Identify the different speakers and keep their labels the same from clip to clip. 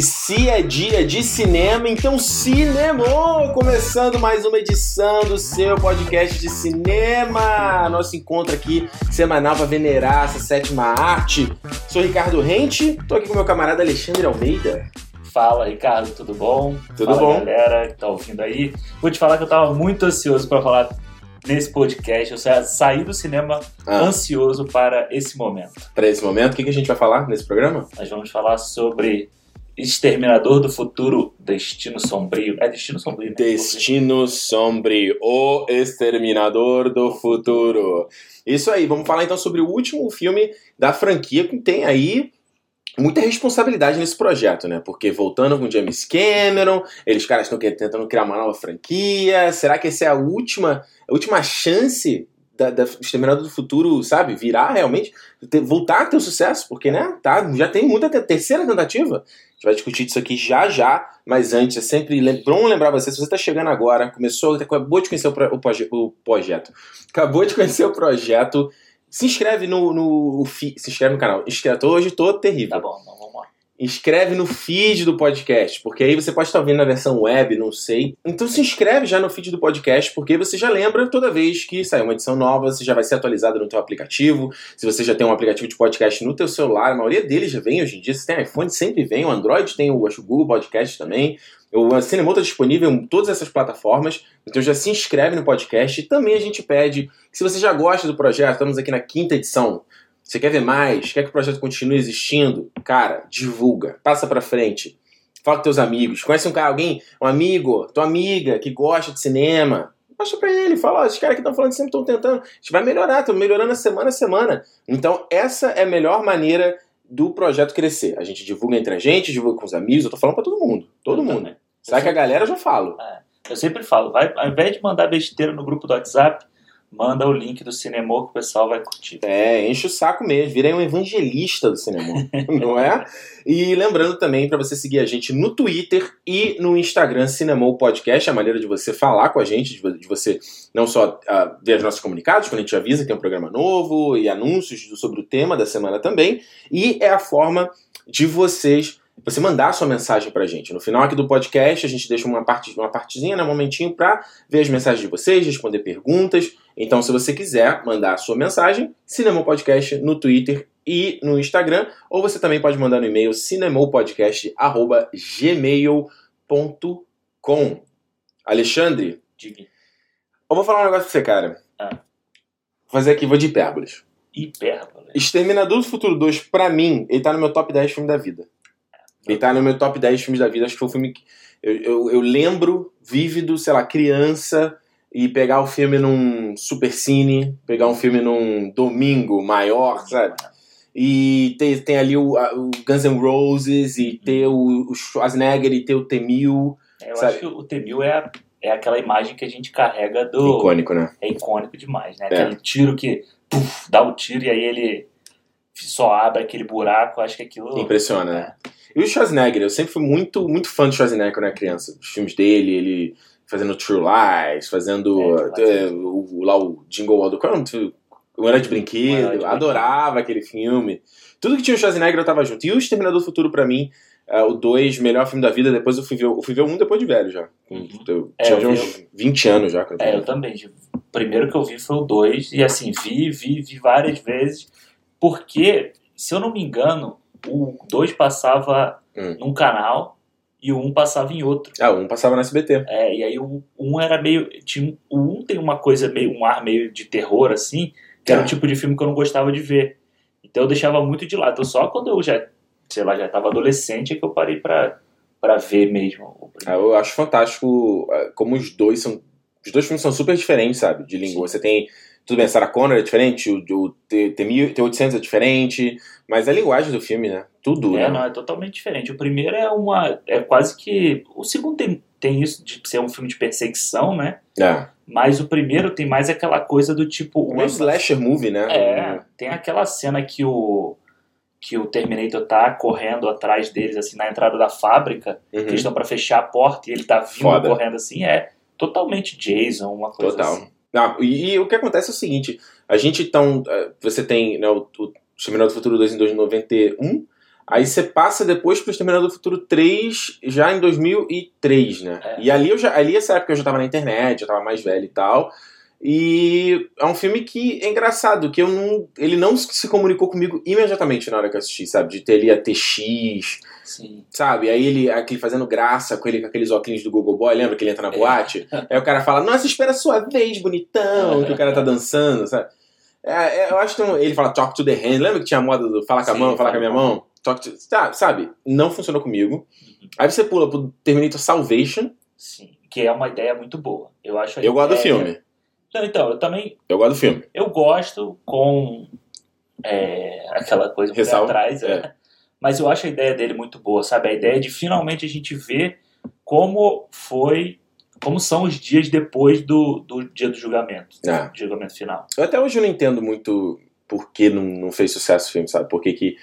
Speaker 1: Se é dia de cinema, então cinema! Começando mais uma edição do seu podcast de cinema. Nosso encontro aqui semanal para venerar essa sétima arte. Sou Ricardo Rente, tô aqui com meu camarada Alexandre Almeida.
Speaker 2: Fala, Ricardo, tudo bom?
Speaker 1: Tudo
Speaker 2: Fala,
Speaker 1: bom.
Speaker 2: galera que tá ouvindo aí. Vou te falar que eu tava muito ansioso pra falar nesse podcast. Eu sa- saí do cinema
Speaker 1: Ah.
Speaker 2: ansioso para esse momento.
Speaker 1: Para esse momento, o que que a gente vai falar nesse programa?
Speaker 2: Nós vamos falar sobre Exterminador do Futuro, Destino Sombrio. É Destino Sombrio, né?
Speaker 1: Destino Sombrio, o Exterminador do Futuro. Isso aí, vamos falar então sobre o último filme da franquia que tem aí muita responsabilidade nesse projeto, né? Porque voltando com James Cameron, eles caras estão que- tentando criar uma nova franquia. Será que essa é a última, a última chance da, da Exterminador do Futuro, sabe? Virar realmente, ter- voltar a ter o sucesso, porque, né? Tá, já tem muita te- terceira tentativa. A gente vai discutir disso aqui já já, mas antes é sempre lem- bom lembrar você, se você está chegando agora, começou, acabou de conhecer o, pro- o proje- o projeto, acabou de conhecer o projeto, se inscreve no, no fi- se inscreve no canal. Inscreve, tô- hoje tô terrível
Speaker 2: Tá bom, então vamos lá.
Speaker 1: inscreve no feed do podcast, porque aí você pode estar ouvindo na versão web, não sei. Então se inscreve já no feed do podcast, porque você já lembra toda vez que sair uma edição nova, você já vai ser atualizado no teu aplicativo. Se você já tem um aplicativo de podcast no teu celular, a maioria deles já vem hoje em dia. Se tem iPhone, sempre vem. O Android tem o, acho, o Google Podcast também. O Cinemoto é disponível em todas essas plataformas, então já se inscreve no podcast. E também a gente pede que se você já gosta do projeto, estamos aqui na quinta edição, você quer ver mais? Quer que o projeto continue existindo? Cara, divulga, passa pra frente. Fala com teus amigos. Conhece um cara, alguém, um amigo, tua amiga que gosta de cinema. Mostra pra ele, fala, ó, esses caras que estão falando de cinema estão tentando. A gente vai melhorar, estão melhorando a semana a semana. Então, essa é a melhor maneira do projeto crescer. A gente divulga entre a gente, divulga com os amigos, eu tô falando pra todo mundo. Todo
Speaker 2: Então, né? Eu
Speaker 1: mundo.
Speaker 2: também.
Speaker 1: Sabe que a galera eu já falo.
Speaker 2: Eu sempre falo, vai, ao invés de mandar besteira no grupo do WhatsApp, manda o link do cinema que o pessoal vai curtir.
Speaker 1: É, enche o saco mesmo, virei um evangelista do cinema, não é? E lembrando também para você seguir a gente no Twitter e no Instagram Cinemol Podcast, é a maneira de você falar com a gente, de vo- de você não só ah, ver os nossos comunicados, quando a gente avisa que tem um programa novo e anúncios do- sobre o tema da semana também, e é a forma de vocês você mandar a sua mensagem pra gente. No final aqui do podcast, a gente deixa uma parte uma partezinha, né, um momentinho pra ver as mensagens de vocês, responder perguntas, então, se você quiser mandar a sua mensagem, Cinemou Podcast no Twitter e no Instagram, ou você também pode mandar no e-mail cinemoupodcast.gmail.com. Alexandre,
Speaker 2: Diga.
Speaker 1: eu vou falar um negócio pra você, cara.
Speaker 2: Ah.
Speaker 1: Vou fazer aqui, vou de hipérboles.
Speaker 2: Hipérbole.
Speaker 1: Exterminador do Futuro 2, pra mim, ele tá no meu top 10 filme da vida. Ele tá no meu top 10 filmes da vida. Acho que foi um filme que eu, eu, eu lembro, vívido, sei lá, criança, e pegar o filme num supercine, pegar um filme num domingo maior, sabe? E tem, tem ali o, a- o Guns N' Roses, e ter o, o Schwarzenegger, e ter o Temil.
Speaker 2: É, Eu
Speaker 1: Sabe?
Speaker 2: acho que o Temil é, a- é aquela imagem que a gente carrega do.
Speaker 1: Icônico, né?
Speaker 2: É icônico demais, né?
Speaker 1: É.
Speaker 2: Aquele tiro que puf, dá o tiro e aí ele só abre aquele buraco. Acho que aquilo.
Speaker 1: Impressiona, né? E o Schwarzenegger, eu sempre fui muito, muito fã do Schwarzenegger quando era criança. Os filmes dele, ele fazendo True Lies,
Speaker 2: É,
Speaker 1: fazendo
Speaker 2: True Lies.
Speaker 1: eh, o, o- lá o Jingle All the Crown, o Era de
Speaker 2: O Era de
Speaker 1: Brinquedo,
Speaker 2: Brinquedo.
Speaker 1: adorava aquele filme. Tudo que tinha o Schwarzenegger eu tava junto. E o Exterminador do Futuro, pra mim, é o 2, melhor filme da vida. Depois eu fui ver, eu fui ver um depois de velho já.
Speaker 2: Uhum.
Speaker 1: Eu
Speaker 2: É,
Speaker 1: tinha
Speaker 2: eu vi
Speaker 1: uns 20 anos já. Quando eu
Speaker 2: É,
Speaker 1: vi.
Speaker 2: eu também. de- O primeiro que eu vi foi o 2. E assim, vi, vi, vi várias vezes. Porque, se eu não me engano, o 2 passava
Speaker 1: Hum.
Speaker 2: num canal e o 1 um passava em outro.
Speaker 1: Ah, um passava na SBT.
Speaker 2: É, e aí o 1 um era meio. Tinha, um- o 1 um tem uma coisa meio. um ar meio de terror, assim, que era
Speaker 1: Ah.
Speaker 2: o tipo de filme que eu não gostava de ver. Então eu deixava muito de lado. Então, só quando eu já, sei lá, já tava adolescente é que eu parei pra, pra ver mesmo. o primeiro.
Speaker 1: Ah, eu acho fantástico ah, como os dois são. Os dois filmes são super diferentes, sabe? De língua. Você tem. Tudo bem, Sarah Connor é diferente, o, o T- T-1000 T-800 é diferente, mas a linguagem do filme, né? Tudo,
Speaker 2: É,
Speaker 1: né?
Speaker 2: não, é totalmente diferente. O primeiro é uma. É quase que. O segundo tem, tem isso de ser um filme de perseguição, né?
Speaker 1: É.
Speaker 2: Mas o primeiro tem mais aquela coisa do tipo.
Speaker 1: O meio slasher movie, né?
Speaker 2: É, tem aquela cena que o que o Terminator tá correndo atrás deles assim na entrada da fábrica, que eles
Speaker 1: Uhum.
Speaker 2: estão pra fechar a porta e ele tá vindo
Speaker 1: Foda.
Speaker 2: correndo assim, é totalmente Jason, uma coisa
Speaker 1: Total.
Speaker 2: assim.
Speaker 1: Ah, e, e o que acontece é o é, seguinte: a gente então. eh, Você tem né, o, o Exterminador do Futuro 2 em 2091. Aí você passa depois pro Exterminador do Futuro 3, já em 2003, né?
Speaker 2: É.
Speaker 1: E ali, eu já, ali essa época eu já tava na internet, eu tava mais velho e tal. E é um filme que é engraçado, que eu não, ele não se comunicou comigo imediatamente na hora que eu assisti, sabe? De ter ali a TX,
Speaker 2: Sim.
Speaker 1: sabe? Aí ele aquele fazendo graça com ele com aqueles óculos do Google Boy, lembra que ele entra na boate? Aí o cara fala, nossa, espera a sua vez, bonitão, que o cara tá dançando, sabe? É, é, eu acho que tem um- ele fala talk to the hand, lembra que tinha a moda do fala com a
Speaker 2: Sim,
Speaker 1: mão, fala com a minha mão? Uhum. Talk to, tá, sabe? Não funcionou comigo. Aí você pula pro Terminator Salvation,
Speaker 2: Sim. Que é uma ideia muito boa. Eu acho. a
Speaker 1: eu gosto do
Speaker 2: ideia-
Speaker 1: filme,
Speaker 2: Não, então, eu também.
Speaker 1: eu gosto do filme.
Speaker 2: Eu gosto com é, aquela coisa por
Speaker 1: Ressalva,
Speaker 2: atrás,
Speaker 1: é.
Speaker 2: né? mas eu acho a ideia dele muito boa, sabe? A ideia de finalmente a gente ver como foi, como são os dias depois do, do dia do julgamento,
Speaker 1: É.
Speaker 2: do julgamento final.
Speaker 1: Eu até hoje não entendo muito por que não, não fez sucesso o filme, sabe? Por que que...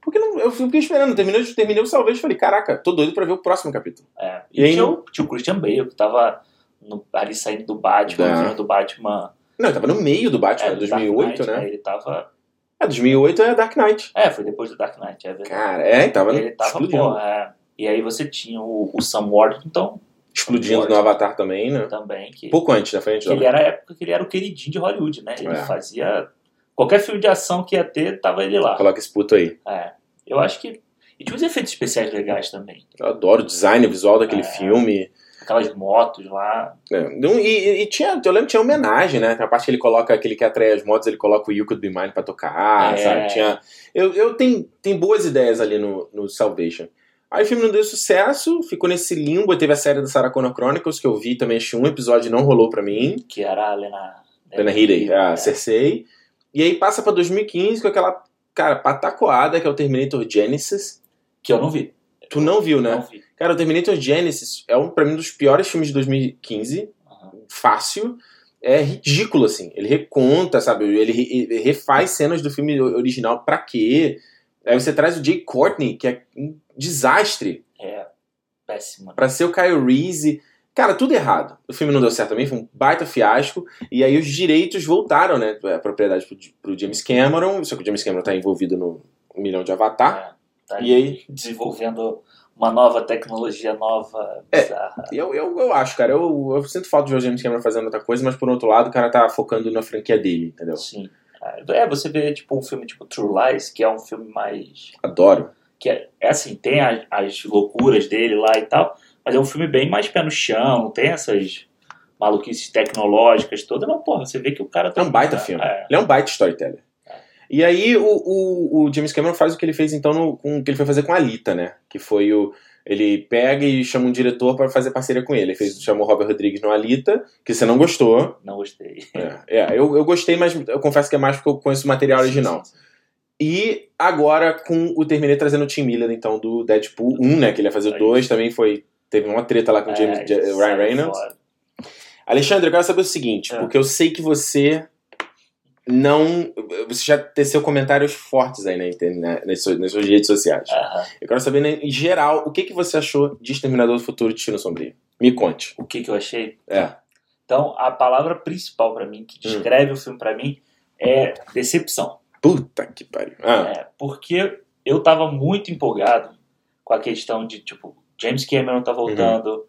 Speaker 1: Porque não, eu fiquei esperando, terminei, terminei o Salvation e falei, caraca, tô doido pra ver o próximo capítulo.
Speaker 2: É.
Speaker 1: E
Speaker 2: E,
Speaker 1: aí-
Speaker 2: tinha, o, tinha o Christian Bale, que tava no- ali saindo do Batman,
Speaker 1: É.
Speaker 2: vindo do Batman.
Speaker 1: Não, eu tava no meio do Batman,
Speaker 2: é, do Dark
Speaker 1: 2008,
Speaker 2: Knight,
Speaker 1: né?
Speaker 2: Ele tava.
Speaker 1: É, 2008 é Dark Knight.
Speaker 2: É, foi depois do Dark Knight, é verdade.
Speaker 1: Cara, é, tava
Speaker 2: ele tava,
Speaker 1: explodindo.
Speaker 2: pô, é. E aí você tinha o, o Sam Worthington
Speaker 1: explodindo no
Speaker 2: Forte.
Speaker 1: Avatar também, né?
Speaker 2: também, que
Speaker 1: Pouco antes, na frente
Speaker 2: Que
Speaker 1: do
Speaker 2: ele
Speaker 1: Avatar.
Speaker 2: era a época que ele era o queridinho de Hollywood, né? Ele
Speaker 1: É.
Speaker 2: fazia. Qualquer filme de ação que ia ter, tava ele lá.
Speaker 1: Coloca esse puto aí.
Speaker 2: É. Eu acho que. E tinha uns efeitos especiais legais também.
Speaker 1: Eu adoro o design, o visual daquele
Speaker 2: É.
Speaker 1: filme.
Speaker 2: Aquelas motos lá.
Speaker 1: É, não, E, e- e tinha, eu lembro que tinha homenagem, né? Tem a parte que ele coloca, que ele quer atrair as motos, ele coloca o You Could Be Mine pra tocar,
Speaker 2: É.
Speaker 1: sabe? Tinha, eu, eu tenho, tem boas ideias ali no, no Salvation. Aí o filme não deu sucesso, ficou nesse limbo. aí Teve a série da Sarah Connor Chronicles, que eu vi também, achei um episódio e não rolou pra mim.
Speaker 2: Que era a Lena.
Speaker 1: Lena Headey, a
Speaker 2: É.
Speaker 1: Ah, Cersei. E aí passa pra 2015 com aquela, cara, patacoada que é o Terminator Genesis.
Speaker 2: Que eu não vi.
Speaker 1: Tu não viu, né?
Speaker 2: Não vi.
Speaker 1: Cara, o Terminator Genesis é um, pra mim, um dos piores filmes de 2015.
Speaker 2: Aham.
Speaker 1: Fácil. É ridículo, assim. Ele reconta, sabe? Ele, re- ele refaz cenas do filme o- original pra quê? Aí você traz o Jay Courtney, que é um desastre,
Speaker 2: É. Péssimo.
Speaker 1: pra ser o Kyle Reese. Cara, tudo errado. O filme não deu certo também, foi um baita fiasco. E aí os direitos voltaram, né? A propriedade pro, pro James Cameron. Só que o James Cameron tá envolvido no milhão de Avatar.
Speaker 2: É. Tá
Speaker 1: E aí?
Speaker 2: Desenvolvendo uma nova tecnologia nova.
Speaker 1: É.
Speaker 2: bizarra.
Speaker 1: Eu, eu, eu acho, cara. Eu, eu sinto falta de ver o James Cameron fazendo outra coisa, mas por outro lado, o cara tá focando na franquia dele, entendeu?
Speaker 2: Sim. É, você vê tipo um filme tipo True Lies, que é um filme mais.
Speaker 1: Adoro.
Speaker 2: que é, é assim, tem a- as loucuras dele lá e tal, mas é um filme bem mais pé no chão, não tem essas maluquices tecnológicas todas, não, porra, você vê que o cara
Speaker 1: É um baita filme.
Speaker 2: É,
Speaker 1: Ele é um baita storyteller. E aí o, o, o James Cameron faz o que ele fez então no, com o que ele foi fazer com a Alita, né? Que foi o. Ele pega e chama um diretor pra fazer parceria com ele. Ele fez, chamou o Robert Rodrigues no Alita, que você não gostou.
Speaker 2: não gostei.
Speaker 1: É, é, eu, eu gostei, mas eu confesso que é mais porque eu conheço o material original.
Speaker 2: Sim, sim,
Speaker 1: E agora com o Terminator trazendo o Tim Miller, então, do Deadpool 1, né? Que ele ia fazer o
Speaker 2: Aí.
Speaker 1: 2, também foi. Teve uma treta lá com o
Speaker 2: sim.
Speaker 1: James,
Speaker 2: É,
Speaker 1: Ja-
Speaker 2: sai
Speaker 1: Ryan Reynolds.
Speaker 2: fora.
Speaker 1: Alexandre, eu quero saber o seguinte,
Speaker 2: É.
Speaker 1: porque eu sei que você não. Você já teceu comentários fortes aí na, inter- na, nas, suas, nas suas redes sociais.
Speaker 2: Aham.
Speaker 1: Eu quero saber, né, em geral, o que, que você achou de Exterminador do Futuro Destino Sombrio? Me conte.
Speaker 2: O que, que eu achei?
Speaker 1: É.
Speaker 2: Então, a palavra principal pra mim, que
Speaker 1: Hum.
Speaker 2: descreve o filme pra mim, é decepção.
Speaker 1: Puta que pariu. Ah,
Speaker 2: É, porque eu tava muito empolgado com a questão de, tipo, James Cameron tá voltando,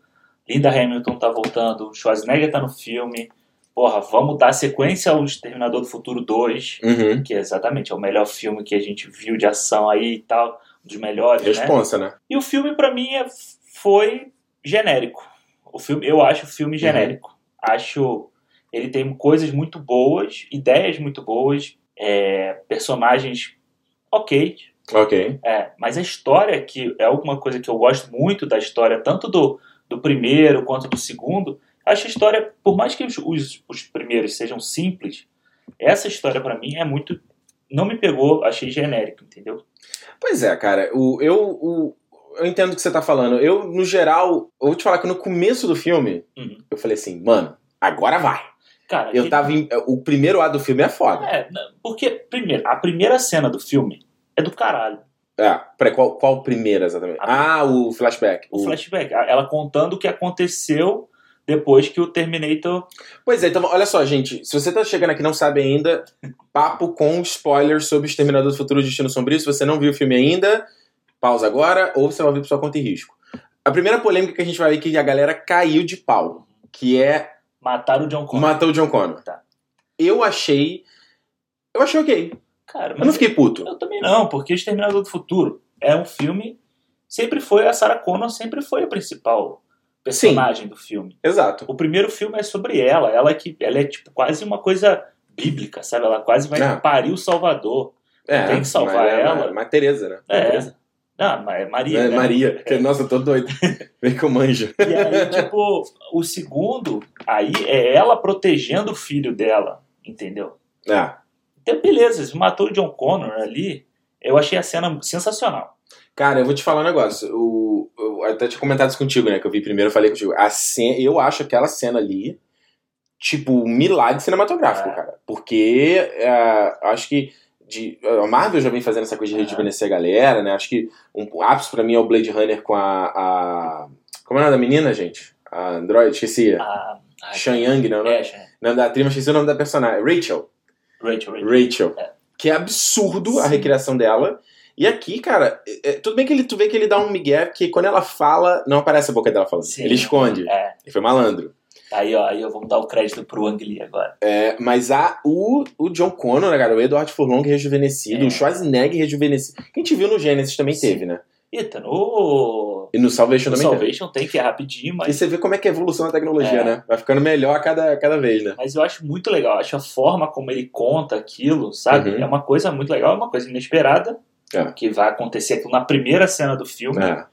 Speaker 2: Linda Hamilton tá voltando, Schwarzenegger tá no filme. Porra, vamos dar sequência ao Exterminador do Futuro 2,
Speaker 1: uhum.
Speaker 2: que é exatamente é o melhor filme que a gente viu de ação aí e tal, um dos melhores, né?
Speaker 1: Responsa, né?
Speaker 2: E o filme, pra mim, é- foi genérico. O filme, eu acho o filme genérico. Acho. Ele tem coisas muito boas, ideias muito boas, é, personagens ok,
Speaker 1: Ok.
Speaker 2: é, mas a história, que é alguma coisa que eu gosto muito da história, tanto do, do primeiro quanto do segundo, acho a história, por mais que os, os, os primeiros sejam simples, essa história pra mim é muito. Não me pegou, achei genérico, entendeu?
Speaker 1: Pois é, cara, o, eu, o- eu entendo o que você tá falando. Eu, no geral, eu vou te falar que no começo do filme,
Speaker 2: Uhum.
Speaker 1: eu falei assim, mano, agora vai.
Speaker 2: Cara,
Speaker 1: Eu
Speaker 2: que-
Speaker 1: tava. em- o primeiro A do filme é foda.
Speaker 2: É, não, porque, primeiro, a primeira cena do filme é do caralho.
Speaker 1: É, peraí, qual, qual primeira exatamente? Ah, o flashback.
Speaker 2: O flashback, a- ela contando o que aconteceu depois que o Terminator.
Speaker 1: Pois é, então olha só, gente. Se você tá chegando aqui e não sabe ainda, papo com spoilers sobre Exterminador do Futuro Destino Sombrio. Se você não viu o filme ainda, pausa agora ou você vai ouvir por sua conta e risco. A primeira polêmica que a gente vai ver é que a galera caiu de pau, que é
Speaker 2: Mataram o John Connor.
Speaker 1: matou o John Connor.
Speaker 2: Tá.
Speaker 1: Eu achei. Eu achei ok.
Speaker 2: Cara,
Speaker 1: Eu não fiquei puto.
Speaker 2: Eu também não, porque Exterminador do Futuro é um filme. Sempre foi, a Sarah Connor sempre foi a principal personagem do filme.
Speaker 1: Exato.
Speaker 2: O primeiro filme é sobre ela, ela que ela é tipo quase uma coisa bíblica, sabe? Ela quase vai
Speaker 1: É.
Speaker 2: parir o Salvador.
Speaker 1: É,
Speaker 2: Tem que salvar
Speaker 1: mas,
Speaker 2: ela.
Speaker 1: Mas, mas Tereza, né?
Speaker 2: É.
Speaker 1: Tereza.
Speaker 2: Não, mas é Maria.
Speaker 1: É,
Speaker 2: né?
Speaker 1: Maria. Que- Nossa, eu tô doido. Vem que eu manjo.
Speaker 2: E aí, tipo, o segundo, aí é ela protegendo o filho dela, entendeu?
Speaker 1: É.
Speaker 2: Então, beleza, se matou o John Connor ali. Eu achei a cena sensacional.
Speaker 1: Cara, eu vou te falar um negócio. O, eu até tinha comentado isso contigo, né? Que eu vi primeiro, eu falei contigo. A cena, eu acho aquela cena ali, tipo, um milagre cinematográfico,
Speaker 2: É.
Speaker 1: cara. Porque é, acho que de, a Marvel já vem fazendo essa coisa de
Speaker 2: É.
Speaker 1: rejuvenescer a galera, né? Acho que um, um ápice pra mim é o Blade Runner com a. a- como é o nome da menina, gente? A Android, esqueci.
Speaker 2: Ah, ai,
Speaker 1: Shanyang, não, não é?
Speaker 2: é, Shang-
Speaker 1: O nome da atriz, mas esqueci o nome da personagem. Rachel.
Speaker 2: Rachel, Rachel.
Speaker 1: Rachel.
Speaker 2: É.
Speaker 1: Que é absurdo a
Speaker 2: Sim.
Speaker 1: recriação dela. E aqui, cara, é- é- tudo bem que ele, tu vê que ele dá um migué, que quando ela fala, não aparece a boca dela falando.
Speaker 2: Sim.
Speaker 1: Ele esconde.
Speaker 2: É.
Speaker 1: Ele foi malandro.
Speaker 2: Aí, ó, aí eu vou dar o crédito pro Ang Lee agora.
Speaker 1: É, mas há o, o John Connor, né, cara? O Edward Furlong rejuvenescido,
Speaker 2: É.
Speaker 1: o Schwarzenegger rejuvenescido. Que a gente viu no Genesis também
Speaker 2: Sim.
Speaker 1: teve, né?
Speaker 2: Ethan, o
Speaker 1: E no Salvation
Speaker 2: o
Speaker 1: também teve.
Speaker 2: Salvation tem que é rapidinho,
Speaker 1: E
Speaker 2: mas,
Speaker 1: você vê como é que é a evolução da tecnologia,
Speaker 2: É.
Speaker 1: né? Vai ficando melhor a cada, a cada vez, né?
Speaker 2: mas eu acho muito legal. Acho a forma como ele conta aquilo, sabe?
Speaker 1: Uhum.
Speaker 2: É uma coisa muito legal, é uma coisa inesperada.
Speaker 1: É.
Speaker 2: Que vai acontecer aquilo na primeira cena do filme.
Speaker 1: É.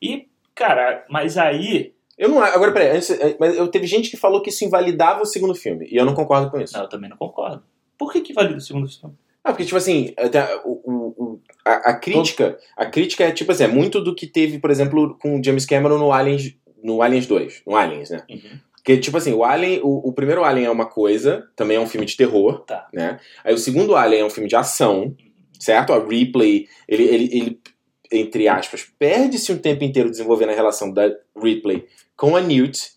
Speaker 2: E, cara, mas aí.
Speaker 1: Eu não. Agora, peraí, antes, é, mas eu teve gente que falou que isso invalidava o segundo filme. E eu não concordo com isso.
Speaker 2: Não, eu também não concordo. Por que que valida o segundo filme?
Speaker 1: Ah, porque, tipo assim, até o- o- o- a, a crítica. A crítica é, tipo assim, é muito do que teve, por exemplo, com o James Cameron no Aliens. No Aliens 2. No Aliens, né?
Speaker 2: Uhum.
Speaker 1: Porque, tipo assim, o Alien. O, o primeiro Alien é uma coisa, também é um filme de terror,
Speaker 2: Tá.
Speaker 1: né? Aí o segundo Alien é um filme de ação, certo? A Ripley, ele. ele, ele, entre aspas, perde-se um tempo inteiro desenvolvendo a relação da Ripley com a Newt,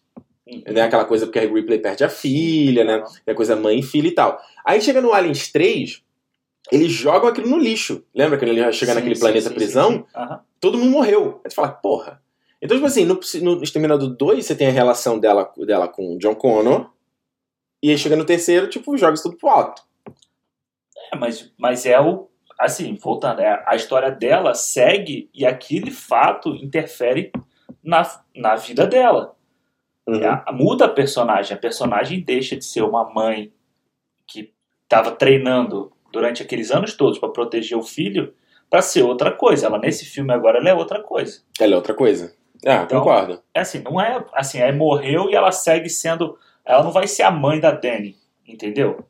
Speaker 2: Uhum.
Speaker 1: né? Aquela coisa porque a Ripley perde a filha, né? É coisa mãe e filho e tal. Aí chega no Aliens 3, eles jogam aquilo no lixo. Lembra quando ele chega
Speaker 2: Sim,
Speaker 1: naquele
Speaker 2: sim,
Speaker 1: planeta
Speaker 2: sim,
Speaker 1: prisão?
Speaker 2: sim, sim. Aham.
Speaker 1: Todo mundo morreu. Aí tu fala, porra. Então, tipo assim, no, no Exterminador 2, você tem a relação dela, dela com o John Connor. E aí chega no terceiro, tipo, joga isso tudo pro alto.
Speaker 2: É, mas, mas é o. Assim, voltando, é, a história dela segue e aquele fato interfere na, na vida dela.
Speaker 1: É.
Speaker 2: É, muda a personagem. A personagem deixa de ser uma mãe que estava treinando durante aqueles anos todos para proteger o filho para ser outra coisa. Ela nesse filme agora ela é outra coisa.
Speaker 1: Ela é outra coisa. Ah,
Speaker 2: Então-
Speaker 1: concordo.
Speaker 2: É assim, não é assim, aí morreu e ela segue sendo, ela não vai ser a mãe da Dani, entendeu?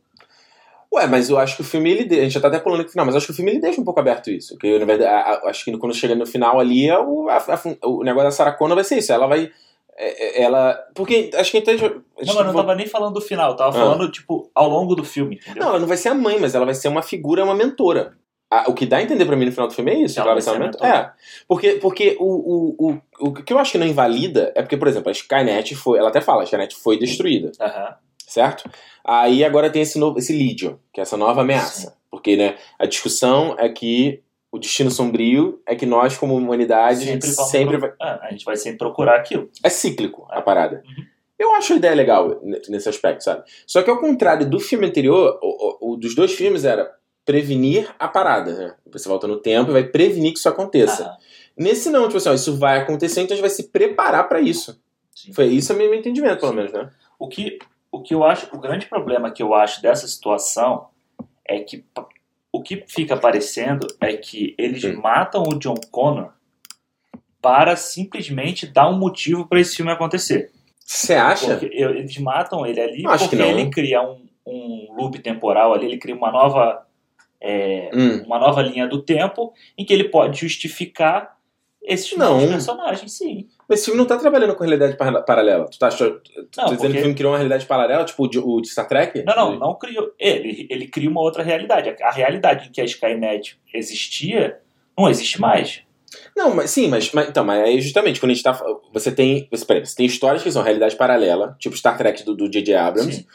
Speaker 1: Ué, mas eu acho que o filme, ele... de- A gente já tá até pulando aqui no final, mas eu acho que o filme, ele deixa um pouco aberto isso. Porque, na verdade, a- a- acho que quando chega no final ali, é o, a- a fun- o negócio da Sarah Connor vai ser isso. Ela vai... é- é- Ela... Porque acho que... Até,
Speaker 2: Não, mas eu não tá tava nem falando do final, eu tava
Speaker 1: Ah.
Speaker 2: falando tipo ao longo do filme, entendeu?
Speaker 1: Não, ela não vai ser a mãe, mas ela vai ser uma figura, uma mentora. Ah, o que dá a entender pra mim no final do filme é isso.
Speaker 2: Ela vai ser a
Speaker 1: mento- É. Porque, porque o, o, o, o que eu acho que não invalida é porque, por exemplo, a Skynet foi. Ela até fala, a Skynet foi destruída,
Speaker 2: Aham.
Speaker 1: certo? Aí agora tem esse, novo, esse Lydion, que é essa nova ameaça. Porque, né, a discussão é que o destino sombrio é que nós, como humanidade, a gente
Speaker 2: vamos
Speaker 1: sempre vai.
Speaker 2: pro- Ah, a gente vai sempre procurar aquilo.
Speaker 1: É cíclico a
Speaker 2: É.
Speaker 1: parada.
Speaker 2: Uhum.
Speaker 1: Eu acho a ideia legal n- nesse aspecto, sabe? Só que ao contrário do filme anterior, o, o- o dos dois filmes era prevenir a parada, né? Você volta no tempo e vai prevenir que isso aconteça.
Speaker 2: Aham.
Speaker 1: Nesse não, tipo assim, ó, isso vai acontecer, então a gente vai se preparar pra isso.
Speaker 2: Sim.
Speaker 1: Foi isso é o meu entendimento, pelo
Speaker 2: Sim.
Speaker 1: menos, né?
Speaker 2: O que, o que eu acho, o grande problema que eu acho dessa situação é que pa- o que fica parecendo é que eles
Speaker 1: Hum.
Speaker 2: matam o John Connor para simplesmente dar um motivo para esse filme acontecer.
Speaker 1: Você acha?
Speaker 2: Porque eu- eles matam ele ali
Speaker 1: Eu acho
Speaker 2: porque
Speaker 1: que não,
Speaker 2: ele
Speaker 1: né?
Speaker 2: cria um, um loop temporal ali, ele cria uma nova, é,
Speaker 1: Hum.
Speaker 2: uma nova linha do tempo em que ele pode justificar esses
Speaker 1: Não.
Speaker 2: novos personagens, sim.
Speaker 1: Mas esse filme não tá trabalhando com realidade par- paralela. Tu tá, achando, tu
Speaker 2: Não,
Speaker 1: tá dizendo que
Speaker 2: porque-
Speaker 1: o filme criou uma realidade paralela, tipo o de, o de Star Trek?
Speaker 2: Não, não, não criou. Ele, ele cria uma outra realidade. A realidade em que a Skynet existia não existe mais.
Speaker 1: Não, mas sim, mas, mas- então, mas aí justamente quando a gente tá. fa- Você tem. Você, peraí, você tem histórias que são realidade paralela, tipo Star Trek do do J.J. Abrams.
Speaker 2: Sim.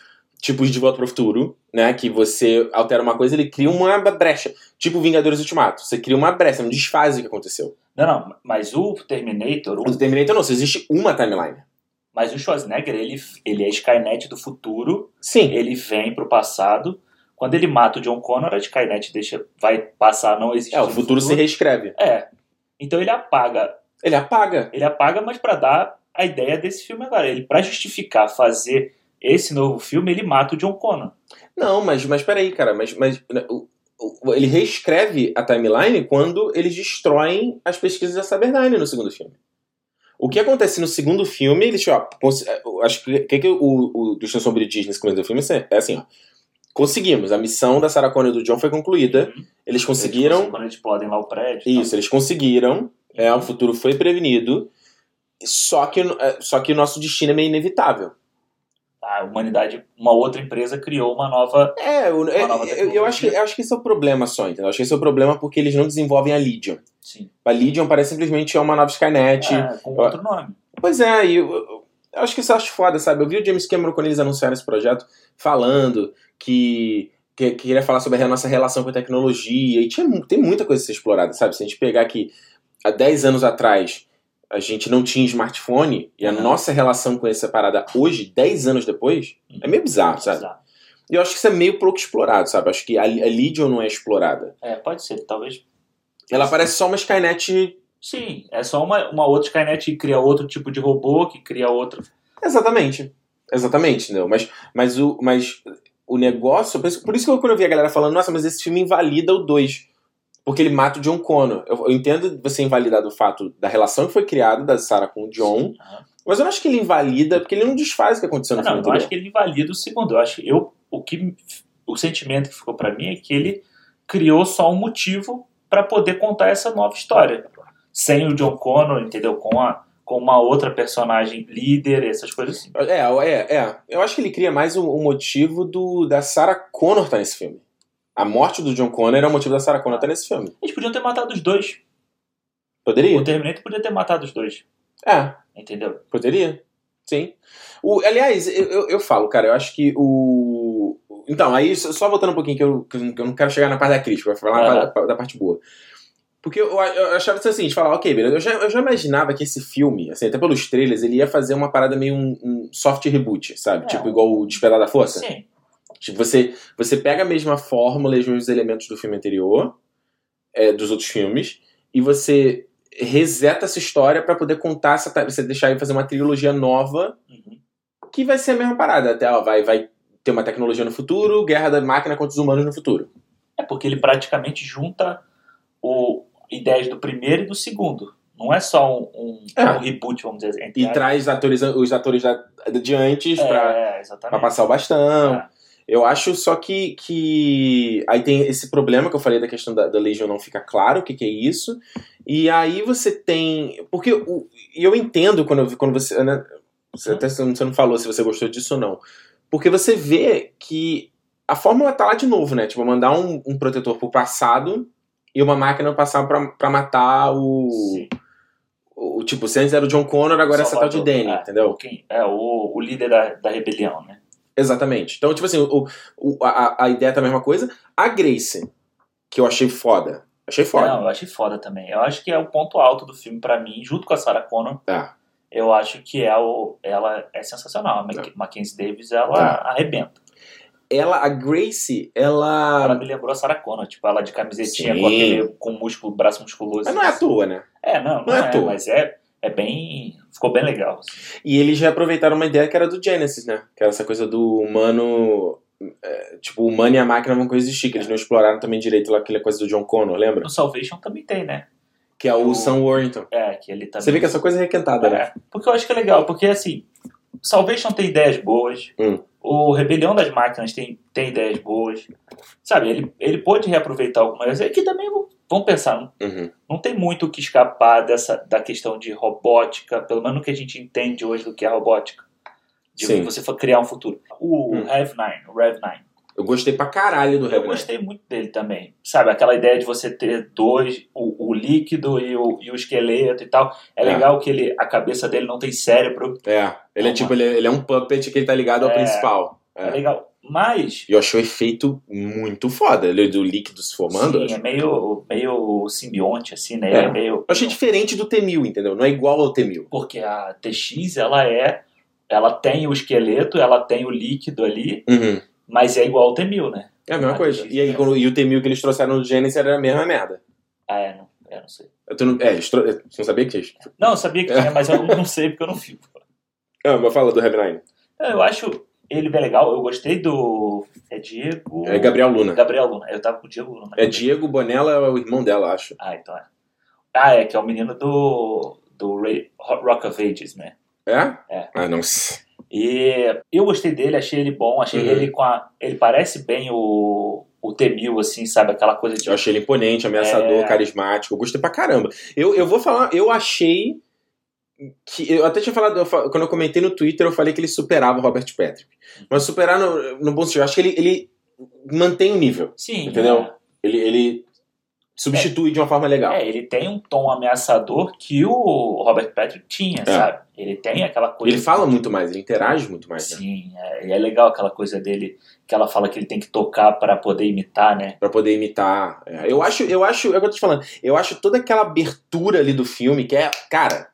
Speaker 1: tipos de Volta pro Futuro, né? Que você altera uma coisa, ele cria uma brecha. Tipo Vingadores Ultimato. Você cria uma brecha, um desfaz do que aconteceu.
Speaker 2: Não, não, mas o Terminator, o-
Speaker 1: No Terminator não, só existe uma timeline.
Speaker 2: mas o Schwarzenegger, ele, ele é Skynet do futuro,
Speaker 1: Sim.
Speaker 2: ele vem pro passado. Quando ele mata o John Connor, a Skynet deixa, vai passar, não existe.
Speaker 1: É, o futuro se reescreve.
Speaker 2: É. Então ele apaga.
Speaker 1: Ele apaga.
Speaker 2: Ele apaga, mas pra dar a ideia desse filme agora. Ele, pra justificar fazer esse novo filme, ele mata o John Connor.
Speaker 1: Não, mas, mas peraí, cara. Mas, mas né, o- o- ele reescreve a timeline quando eles destroem as pesquisas da Cyberdyne no segundo filme. O que acontece no segundo filme, eles, ó, cons- eh, eu acho que, que, que o, o Destino Sombrio diz nesse começo do filme é assim, ó. Conseguimos, a missão da Sarah Connor e do John foi concluída. Eles conseguiram
Speaker 2: Quando eles explodem lá o prédio. e tal.
Speaker 1: Isso, eles conseguiram. É, o futuro foi prevenido. Só que, é, só que o nosso destino é meio inevitável.
Speaker 2: A humanidade, uma outra empresa criou uma nova.
Speaker 1: É, o- é,
Speaker 2: nova
Speaker 1: eu, eu,
Speaker 2: tecnologia.
Speaker 1: acho que, eu acho que esse é o problema só, entendeu? Eu acho que esse é o problema porque eles não desenvolvem a Legion.
Speaker 2: Sim.
Speaker 1: A Legion parece simplesmente uma nova Skynet.
Speaker 2: É, com outro nome.
Speaker 1: Pois é, e eu, eu- eu acho que isso eu acho foda, sabe? Eu vi o James Cameron quando eles anunciaram esse projeto falando que, que, que queria falar sobre a nossa relação com a tecnologia. E tinha, mu- tem muita coisa a ser explorada, sabe? Se a gente pegar que há 10 anos atrás a gente não tinha smartphone e a
Speaker 2: Uhum.
Speaker 1: nossa relação com essa parada hoje, 10 anos depois, é meio bizarro, sabe?
Speaker 2: Exato.
Speaker 1: E eu acho que isso é meio pouco explorado, sabe? Acho que a, a Legion não é explorada.
Speaker 2: É, pode ser, talvez.
Speaker 1: Ela parece só uma Skynet.
Speaker 2: Sim, é só uma, uma outra Skynet que cria outro tipo de robô, que cria outro.
Speaker 1: Exatamente. Exatamente, não. Mas, mas, o, mas o negócio. Por isso, por isso que eu, quando eu vi a galera falando, nossa, mas esse filme invalida o 2. Porque ele mata o John Connor. Eu, eu entendo você invalidar o fato da relação que foi criada da Sarah com o John.
Speaker 2: Aham.
Speaker 1: Mas eu não acho que ele invalida, porque ele não desfaz o que aconteceu no
Speaker 2: Ah, Não,
Speaker 1: filme
Speaker 2: eu acho
Speaker 1: anterior.
Speaker 2: que ele invalida o segundo. Eu acho eu o que o sentimento que ficou pra mim é que ele criou só um motivo pra poder contar essa nova história, sem o John Connor, entendeu? Com a com uma outra personagem líder, essas coisas assim.
Speaker 1: É, é, é. Eu acho que ele cria mais o, o motivo do, da Sarah Connor estar nesse filme. A morte do John Connor é o motivo da Sarah Connor estar nesse filme.
Speaker 2: Eles podiam ter matado os dois. O
Speaker 1: Poderia?
Speaker 2: Terminator podia ter matado os dois,
Speaker 1: É.
Speaker 2: entendeu?
Speaker 1: Poderia, sim. O, aliás, eu, eu, eu falo, cara, eu acho que o. Então, aí, só só voltando um pouquinho, que eu, que eu não- que eu não quero chegar na parte da crítica, eu vou falar
Speaker 2: Aham.
Speaker 1: na parte da, da parte boa. Porque eu, eu- eu achava isso assim, de falar, ok, beleza, eu já, eu já imaginava que esse filme, assim, até pelos trailers, ele ia fazer uma parada meio um, um soft reboot, sabe?
Speaker 2: É.
Speaker 1: Tipo, igual o Despertar da Força.
Speaker 2: Sim.
Speaker 1: Tipo, você, você pega a mesma fórmula e os mesmos elementos do filme anterior, é, dos outros filmes, e você reseta essa história pra poder contar essa. ta- Você deixar e fazer uma trilogia nova
Speaker 2: Uhum.
Speaker 1: que vai ser a mesma parada. Até, ó, vai, vai ter uma tecnologia no futuro, guerra da máquina contra os humanos no futuro.
Speaker 2: É porque ele praticamente junta o ideias do primeiro e do segundo. Não é só um, um-
Speaker 1: É.
Speaker 2: um reboot, vamos dizer. né?
Speaker 1: E traz atores, os atores da, de antes pra,
Speaker 2: é,
Speaker 1: pra
Speaker 2: exatamente.
Speaker 1: passar o bastão.
Speaker 2: É.
Speaker 1: Eu acho só que, que. Aí tem esse problema que eu falei da questão da, da Legion não fica claro o que, que é isso. E aí você tem. Porque o, e eu entendo quando, eu- quando você. né,
Speaker 2: Uhum.
Speaker 1: você até você não você não falou se você gostou disso ou não. Porque você vê que a fórmula tá lá de novo, né? Tipo, mandar um, um protetor pro passado e uma máquina passar pra, pra matar o,
Speaker 2: Sim.
Speaker 1: um o. Tipo, se antes era o John Connor, agora é essa tal de
Speaker 2: Salvador.
Speaker 1: Danny,
Speaker 2: É.
Speaker 1: entendeu?
Speaker 2: Quem- é o, o líder da, da rebelião, né?
Speaker 1: Exatamente. Então, tipo assim, o, o- a, a ideia tá a mesma coisa. A Grace, que eu achei foda. Achei
Speaker 2: Não,
Speaker 1: foda.
Speaker 2: eu achei foda também. Eu acho que é o ponto alto do filme pra mim, junto com a Sarah Connor.
Speaker 1: Tá.
Speaker 2: Eu acho que é o, ela é sensacional. A Mac- Mackenzie Davis, ela
Speaker 1: Tá.
Speaker 2: arrebenta.
Speaker 1: Ela, a Grace,
Speaker 2: Ela
Speaker 1: ela.
Speaker 2: me lembrou a Sarah Connor, tipo, ela de camisetinha
Speaker 1: Sim.
Speaker 2: com aquele com músculo, braço musculoso.
Speaker 1: Mas não é à toa, né?
Speaker 2: É, não, não,
Speaker 1: Não é à
Speaker 2: é,
Speaker 1: toa.
Speaker 2: mas é, é bem. Ficou bem legal. assim.
Speaker 1: E eles já aproveitaram uma ideia que era do Genesis, né? Que era essa coisa do humano. é, tipo, o humano e a máquina vão coexistir, que eles não exploraram também direito lá aquela coisa do John Connor, lembra?
Speaker 2: No Salvation também tem, né?
Speaker 1: Que é o
Speaker 2: O-
Speaker 1: Sam Worthington.
Speaker 2: É, que ele também.
Speaker 1: Você vê que essa coisa é requentada, né?
Speaker 2: É, porque eu acho que é legal, porque assim, Salvation tem ideias boas,
Speaker 1: Hum.
Speaker 2: o Rebelião das Máquinas tem, tem ideias boas, sabe? Ele, ele pode reaproveitar algumas. É que também vão- vão pensar, não,
Speaker 1: Uhum.
Speaker 2: não tem muito o que escapar dessa, da questão de robótica, pelo menos no que a gente entende hoje do que é robótica. De
Speaker 1: Sim.
Speaker 2: você for criar um futuro. O
Speaker 1: Hum.
Speaker 2: Rev9, o Rev9.
Speaker 1: Eu gostei pra caralho do
Speaker 2: Eu
Speaker 1: Revenant.
Speaker 2: gostei muito dele também. Sabe, aquela ideia de você ter dois, o, o líquido e o, e o esqueleto e tal. É,
Speaker 1: É.
Speaker 2: legal que ele, a cabeça dele não tem cérebro.
Speaker 1: É, ele é tipo, ele é, ele é um puppet que ele tá ligado ao
Speaker 2: É.
Speaker 1: principal.
Speaker 2: É,
Speaker 1: É.
Speaker 2: legal. Mas.
Speaker 1: E eu achei o efeito muito foda, ele é do líquido se formando. eu
Speaker 2: sim,
Speaker 1: acho.
Speaker 2: é meio, meio simbionte, assim, né?
Speaker 1: É.
Speaker 2: É meio.
Speaker 1: Eu achei diferente do T-1000, entendeu? Não é igual ao T-1000.
Speaker 2: Porque a TX, ela é. Ela tem o esqueleto, ela tem o líquido ali,
Speaker 1: Uhum.
Speaker 2: mas é igual ao T-1000, né?
Speaker 1: É a mesma
Speaker 2: Ah,
Speaker 1: coisa.
Speaker 2: entendi.
Speaker 1: E, aí, quando- e o T-1000 que eles trouxeram do Genesis era a mesma merda.
Speaker 2: Ah, é, não, é, não sei.
Speaker 1: Eu tô no- É, eles trou- Você não sabia que eles...
Speaker 2: Não, eu sabia
Speaker 1: É.
Speaker 2: que tinha, mas eu não sei porque eu não fico.
Speaker 1: Ah, mas fala do Heavy
Speaker 2: É, Eu acho ele bem legal, eu gostei do. É Diego.
Speaker 1: É Gabriel Luna.
Speaker 2: Gabriel Luna. Eu tava com o Diego Luna.
Speaker 1: É Diego Bonella, é o irmão dela, acho.
Speaker 2: Ah, então é. Ah, é, que é o menino do. do Ray, Rock of Ages, né?
Speaker 1: É?
Speaker 2: É.
Speaker 1: Ah, não sei.
Speaker 2: E eu gostei dele, achei ele bom, achei
Speaker 1: Uhum.
Speaker 2: ele com a. Ele parece bem o. o T-1000, assim, sabe? Aquela coisa de.
Speaker 1: Eu achei ele imponente, ameaçador,
Speaker 2: É.
Speaker 1: carismático. Eu gostei pra caramba. Eu, eu vou falar, eu achei que. Eu até tinha falado, eu fa- quando eu comentei no Twitter, eu falei que ele superava o Robert Patrick. Mas superar no, no bom sentido, eu acho que ele, ele mantém o nível.
Speaker 2: Sim.
Speaker 1: Entendeu? Ele, ele substitui de uma forma legal.
Speaker 2: É, ele tem um tom ameaçador que o Robert Patrick tinha, sabe? Ele tem aquela coisa.
Speaker 1: É. Ele fala muito mais, ele interage muito mais, né?
Speaker 2: Sim, é, e é legal aquela coisa dele que ela fala que ele tem que tocar pra poder imitar, né?
Speaker 1: Pra poder imitar. É, Eu acho, eu acho, é o que eu tô te falando. Eu acho toda aquela abertura ali do filme que é, cara,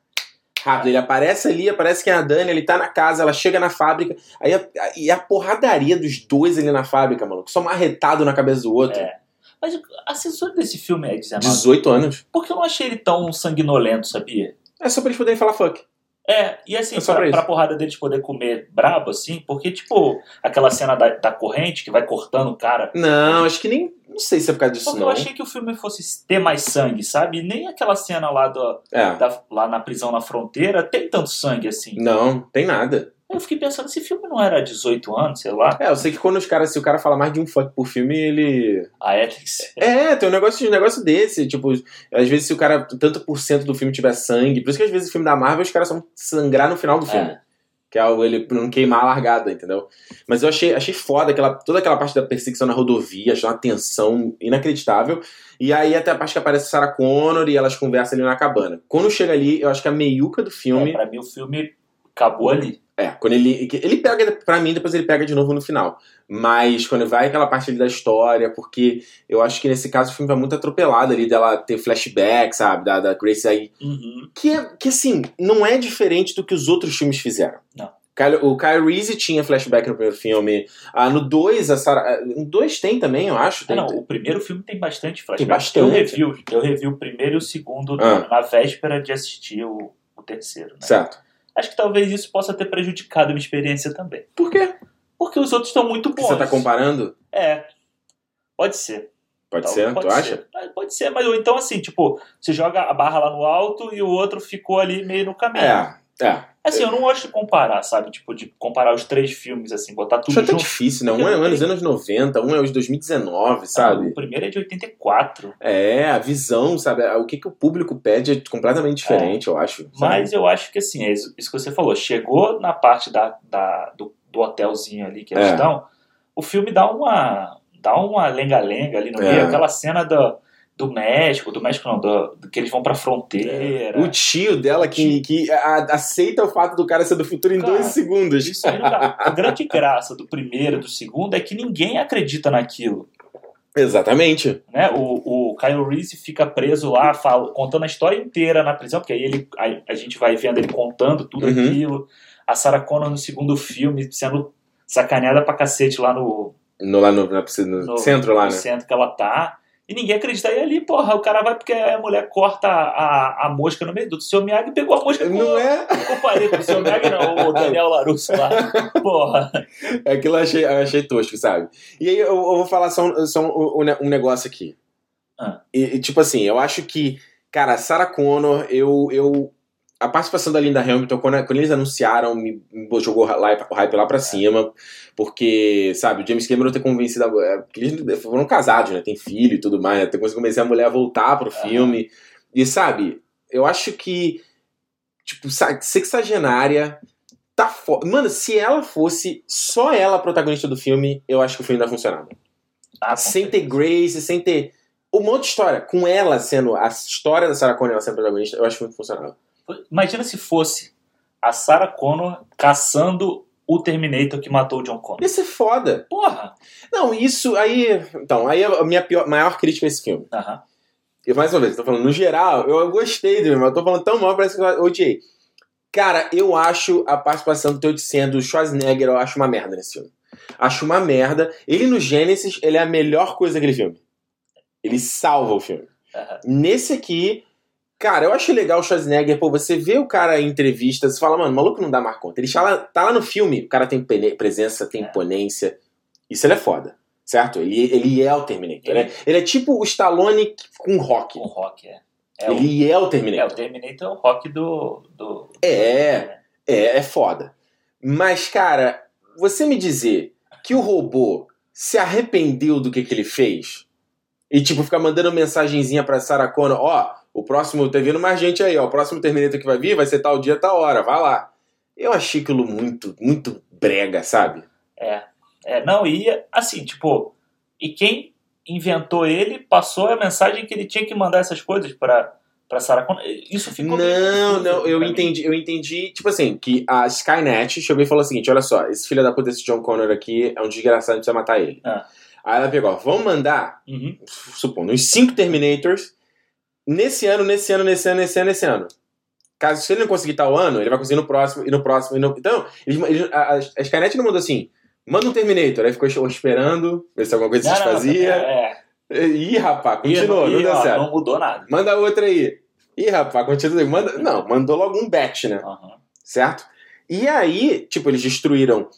Speaker 1: rápido. Ele aparece ali, aparece que é a Dani, ele tá na casa, ela chega na fábrica. Aí a, a- e a porradaria dos dois ali na fábrica, maluco. Só marretado na cabeça do outro.
Speaker 2: É. Mas a censura desse filme é 19.
Speaker 1: 18 anos.
Speaker 2: Porque eu não achei ele tão sanguinolento, sabia?
Speaker 1: É só pra eles poderem falar fuck.
Speaker 2: É, e assim,
Speaker 1: É só pra
Speaker 2: pra,
Speaker 1: isso.
Speaker 2: pra porrada deles poder comer brabo, assim, porque, tipo, aquela cena da, da corrente que vai cortando o cara.
Speaker 1: Não, acho que nem. Não sei se é por causa disso,
Speaker 2: Porque eu
Speaker 1: não.
Speaker 2: achei que o filme fosse ter mais sangue, sabe? E Nem aquela cena lá, do,
Speaker 1: É.
Speaker 2: da- lá na prisão na fronteira tem tanto sangue assim.
Speaker 1: Não, tem nada.
Speaker 2: Eu fiquei pensando, esse filme não era 18 anos, sei lá.
Speaker 1: É, eu sei que quando os caras, se o cara fala mais de um fuck por filme, ele.
Speaker 2: A Ethics.
Speaker 1: É, tem um negócio, um negócio desse. Tipo, às vezes se o cara, tanto por cento do filme tiver sangue, por isso que às vezes o filme da Marvel os caras são sangrar no final do filme.
Speaker 2: É.
Speaker 1: Que é o- ele não queimar a largada, entendeu? Mas eu achei, achei foda aquela, toda aquela parte da perseguição na rodovia, achei uma tensão inacreditável. E aí até a parte que aparece Sarah Connor e elas conversam ali na cabana. Quando chega ali, eu acho que a meiuca do
Speaker 2: É,
Speaker 1: filme.
Speaker 2: pra mim o filme acabou ali.
Speaker 1: É, quando ele. Ele pega, pra mim, depois ele pega de novo no final. Mas quando vai aquela parte ali da história, porque eu acho que nesse caso o filme vai muito atropelado ali dela ter flashback, sabe? Da, da Grace aí.
Speaker 2: Uhum.
Speaker 1: Que, é- que assim, não é diferente do que os outros filmes fizeram.
Speaker 2: Não.
Speaker 1: Kyle- O Kyle Reese tinha flashback no primeiro filme. Ah, no 2, a Sarah. ah, No 2 tem também, eu acho.
Speaker 2: Ah,
Speaker 1: Tem,
Speaker 2: não, o primeiro filme tem bastante
Speaker 1: Tem
Speaker 2: flashback.
Speaker 1: bastante.
Speaker 2: Eu revi, eu revi o primeiro e o segundo
Speaker 1: Ah.
Speaker 2: na véspera de assistir o, o terceiro. né?
Speaker 1: Certo.
Speaker 2: Acho que talvez isso possa ter prejudicado a minha experiência também.
Speaker 1: Por quê?
Speaker 2: Porque os outros estão muito
Speaker 1: Porque
Speaker 2: bons.
Speaker 1: você tá comparando?
Speaker 2: É. Pode ser.
Speaker 1: Pode
Speaker 2: Tal-
Speaker 1: ser, tu acha?
Speaker 2: Mas Tá, Pode ser, mas ou então assim, tipo, você joga a barra lá no alto e o outro ficou ali meio no caminho.
Speaker 1: É, é.
Speaker 2: Assim, eu não gosto de comparar, sabe? Tipo, de comparar os três filmes, assim, botar tudo
Speaker 1: Acho até
Speaker 2: junto.
Speaker 1: difícil, né? Um é um é dos anos 90, um é os 2019, sabe?
Speaker 2: O primeiro é de 84.
Speaker 1: É, a visão, sabe? O que, que o público pede é completamente diferente, eu acho. sabe?
Speaker 2: Mas eu acho que assim, é isso isso que você falou. Chegou na parte da, da- do, do hotelzinho ali que eles
Speaker 1: É.
Speaker 2: estão, o filme dá uma dá uma lenga-lenga ali no
Speaker 1: É.
Speaker 2: meio, aquela cena do, do México, do México não, do, do que eles vão pra fronteira.
Speaker 1: O tio dela que, que a- aceita o fato do cara ser do futuro em
Speaker 2: Cara,
Speaker 1: dois segundos.
Speaker 2: Isso é. aí não dá. A grande graça do primeiro e do segundo é que ninguém acredita naquilo.
Speaker 1: Exatamente.
Speaker 2: Né? O, o Kyle Reese fica preso lá, fala- contando a história inteira na prisão, porque aí ele, a, a gente vai vendo ele contando tudo
Speaker 1: Uhum.
Speaker 2: aquilo. A Sarah Connor no segundo filme sendo sacaneada pra cacete lá no,
Speaker 1: No, lá no, na piscina- no
Speaker 2: No-
Speaker 1: centro lá,
Speaker 2: no
Speaker 1: né?
Speaker 2: centro que ela tá. E ninguém acredita. E ali, porra, o cara vai porque a mulher corta a, a mosca no meio do seu Miyagi e pegou a mosca com,
Speaker 1: Não é?
Speaker 2: com o palito do seu Miyagi, não, o Daniel Larusso lá. Porra.
Speaker 1: É Aquilo eu achei, eu achei tosco, sabe? E aí eu, eu vou falar só, um- só um, um ne- um negócio aqui.
Speaker 2: Ah.
Speaker 1: E, e, tipo assim, eu acho que, cara, a Sarah Connor, eu. eu a participação da Linda Hamilton, quando, quando eles anunciaram, me, me jogou lá- o hype lá pra cima, porque, sabe, o James Cameron ter convencido. A, é, porque eles foram casados, né? Tem filho e tudo mais, né? Ter conseguido convencer a mulher a voltar pro
Speaker 2: Aham.
Speaker 1: filme. E, sabe, eu acho que. Tipo, sa- sexagenária, tá fo... Mano, se ela fosse só ela a protagonista do filme, eu acho que o filme ainda funcionava.
Speaker 2: Ah,
Speaker 1: Sem ter Grace, sem ter. Um monte de história. Com ela sendo. A história da Sarah Connor ela sendo protagonista, eu acho que o filme funcionava.
Speaker 2: Imagina se fosse a Sarah Connor caçando o Terminator que matou o John Connor.
Speaker 1: Isso é foda.
Speaker 2: Porra!
Speaker 1: Não, isso aí. Então, aí a minha pior- maior crítica a esse filme.
Speaker 2: Aham.
Speaker 1: E mais uma vez, eu tô falando, no geral, eu gostei do filme, mas eu tô falando tão mal, parece que eu odiei. Cara, eu acho a participação do Teodicen, do Schwarzenegger, eu acho uma merda nesse filme. Acho uma merda. Ele no Gênesis, ele é a melhor coisa daquele filme. Ele salva o filme.
Speaker 2: aham.
Speaker 1: Nesse aqui, cara, eu acho legal o Schwarzenegger, pô, você vê o cara em entrevistas você fala, mano, o maluco não dá mais conta. Ele tá lá, tá lá no filme, o cara tem pene- presença, tem
Speaker 2: É.
Speaker 1: imponência. Isso ele é foda, certo? Ele, ele é o Terminator,
Speaker 2: Ele-
Speaker 1: né? Ele é tipo o Stallone com rock.
Speaker 2: O rock, é. É o,
Speaker 1: Ele é o
Speaker 2: é, o
Speaker 1: Terminator.
Speaker 2: Terminator é o rock do. do
Speaker 1: É, é, é foda. Mas, cara, você me dizer que o robô se arrependeu do que, que ele fez e, tipo, ficar mandando mensagenzinha pra Sarah Connor, ó, o próximo, tá vindo mais gente aí, ó, o próximo Terminator que vai vir vai ser tal dia, tal hora, vai lá. Eu achei aquilo muito, muito brega, sabe?
Speaker 2: É. É, não, e assim, tipo, e quem inventou ele passou a mensagem que ele tinha que mandar essas coisas pra, pra Sarah Connor. Isso ficou. meio
Speaker 1: Não,
Speaker 2: confuso
Speaker 1: não, eu
Speaker 2: pra mim.
Speaker 1: entendi, eu entendi, tipo assim, que a Skynet chegou e falou o seguinte: olha só, esse filho da puta, esse John Connor aqui é um desgraçado, precisa matar ele.
Speaker 2: Ah.
Speaker 1: Aí ela pegou, ó, vamos mandar,
Speaker 2: Uhum.
Speaker 1: supondo, uns cinco Terminators nesse ano, nesse ano, nesse ano, nesse ano, nesse ano. Caso se ele não conseguir tal ano, ele vai conseguir no próximo, e no próximo, e no. Então, eles- eles- a, a- a Skynet não mandou assim. Manda um Terminator, aí ficou esperando, ver se alguma coisa se
Speaker 2: Não, não,
Speaker 1: fazia.
Speaker 2: É, é.
Speaker 1: Ih, rapaz, continuou,
Speaker 2: E-
Speaker 1: não
Speaker 2: e,
Speaker 1: deu
Speaker 2: ó,
Speaker 1: certo.
Speaker 2: Não mudou nada.
Speaker 1: Manda outra aí. Ih, rapaz, continua. Manda... Não, mandou logo um batch, né?
Speaker 2: Aham.
Speaker 1: Certo? E aí, tipo, eles destruíram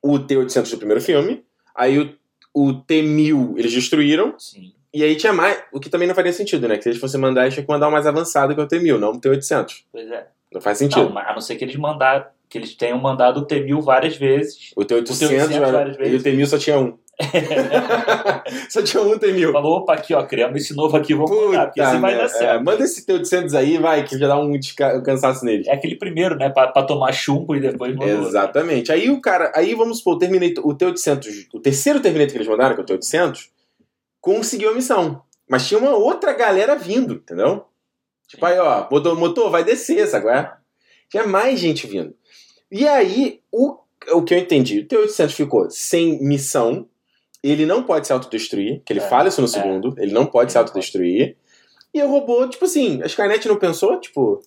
Speaker 1: o T-800 do primeiro filme. Aí o, o T-1000 eles destruíram.
Speaker 2: Sim.
Speaker 1: E aí tinha mais... O que também não faria sentido, né? Que se eles fossem mandar, eles tinham que mandar um mais avançado que é o T-1000, não o T-800.
Speaker 2: Pois é.
Speaker 1: Não faz
Speaker 2: Não,
Speaker 1: sentido.
Speaker 2: mas a não ser que eles mandaram, que eles tenham mandado o T-1000 várias vezes.
Speaker 1: O T-800
Speaker 2: O T-800
Speaker 1: era-
Speaker 2: várias
Speaker 1: e o
Speaker 2: vezes.
Speaker 1: T-1000 só tinha um. só tinha um T-1000.
Speaker 2: Falou, opa, aqui, ó, criamos esse novo aqui, vamos mandar, porque
Speaker 1: Puta,
Speaker 2: assim vai
Speaker 1: merda.
Speaker 2: dar certo.
Speaker 1: É, manda esse T-800 aí, vai, que já dá um desca- cansaço nele.
Speaker 2: É aquele primeiro, né? Pra, pra tomar chumbo e depois mandou.
Speaker 1: Exatamente. Aí o cara, aí vamos supor, o Terminator, o T-800, o terceiro Terminator que eles mandaram, que é o T-800, conseguiu a missão. Mas tinha uma outra galera vindo, entendeu? Tipo, aí ó, motor, motor vai descer, sabe? qual é? Tinha mais gente vindo. E aí, o, o que eu entendi, o T-800 ficou sem missão, ele não pode se autodestruir, que ele
Speaker 2: É,
Speaker 1: fala isso no segundo, ele não pode
Speaker 2: Ele
Speaker 1: se
Speaker 2: não
Speaker 1: autodestruir. E o robô, tipo assim, a Skynet não pensou, tipo...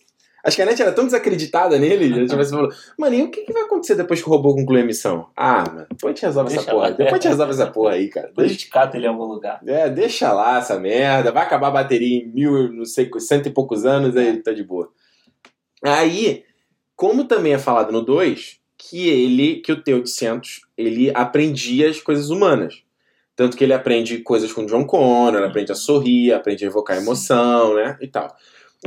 Speaker 1: A Skynet era tão desacreditada nele, a gente vai falando, mano, e o que, que vai acontecer depois que o robô concluir a missão? Ah, mano, depois te resolve essa
Speaker 2: Deixa
Speaker 1: porra,
Speaker 2: lá.
Speaker 1: depois te resolve essa porra aí, cara.
Speaker 2: Depois a
Speaker 1: Deixa,
Speaker 2: gente cata ele em algum lugar.
Speaker 1: é, deixa lá essa merda, vai acabar a bateria em mil, não sei, cento e poucos anos, aí tá de boa. Aí, como também é falado no 2, que ele, que o T-800, ele aprendia as coisas humanas. Tanto que ele aprende coisas com John Connor, aprende a sorrir, aprende a evocar emoção, né, e tal.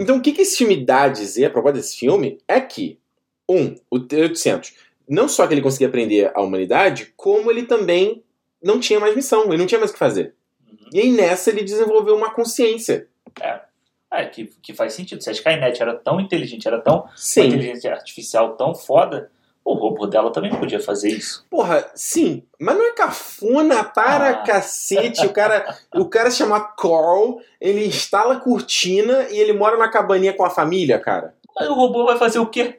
Speaker 1: Então, o que, que esse filme dá a dizer, a propósito desse filme, é que, um, o T-800, não só que ele conseguia aprender a humanidade, como ele também não tinha mais missão, ele não tinha mais o que fazer.
Speaker 2: Uhum.
Speaker 1: E aí, nessa, ele desenvolveu uma consciência.
Speaker 2: É, que, que faz sentido. Se a Skynet era tão inteligente, era tão uma
Speaker 1: Sim.
Speaker 2: inteligência artificial tão foda, o robô dela também podia fazer isso.
Speaker 1: Porra, sim, mas não é cafona para
Speaker 2: Ah.
Speaker 1: cacete. O cara, o cara se chama Carl, ele instala a cortina e ele mora na cabaninha com a família, cara.
Speaker 2: Mas o robô vai fazer o quê?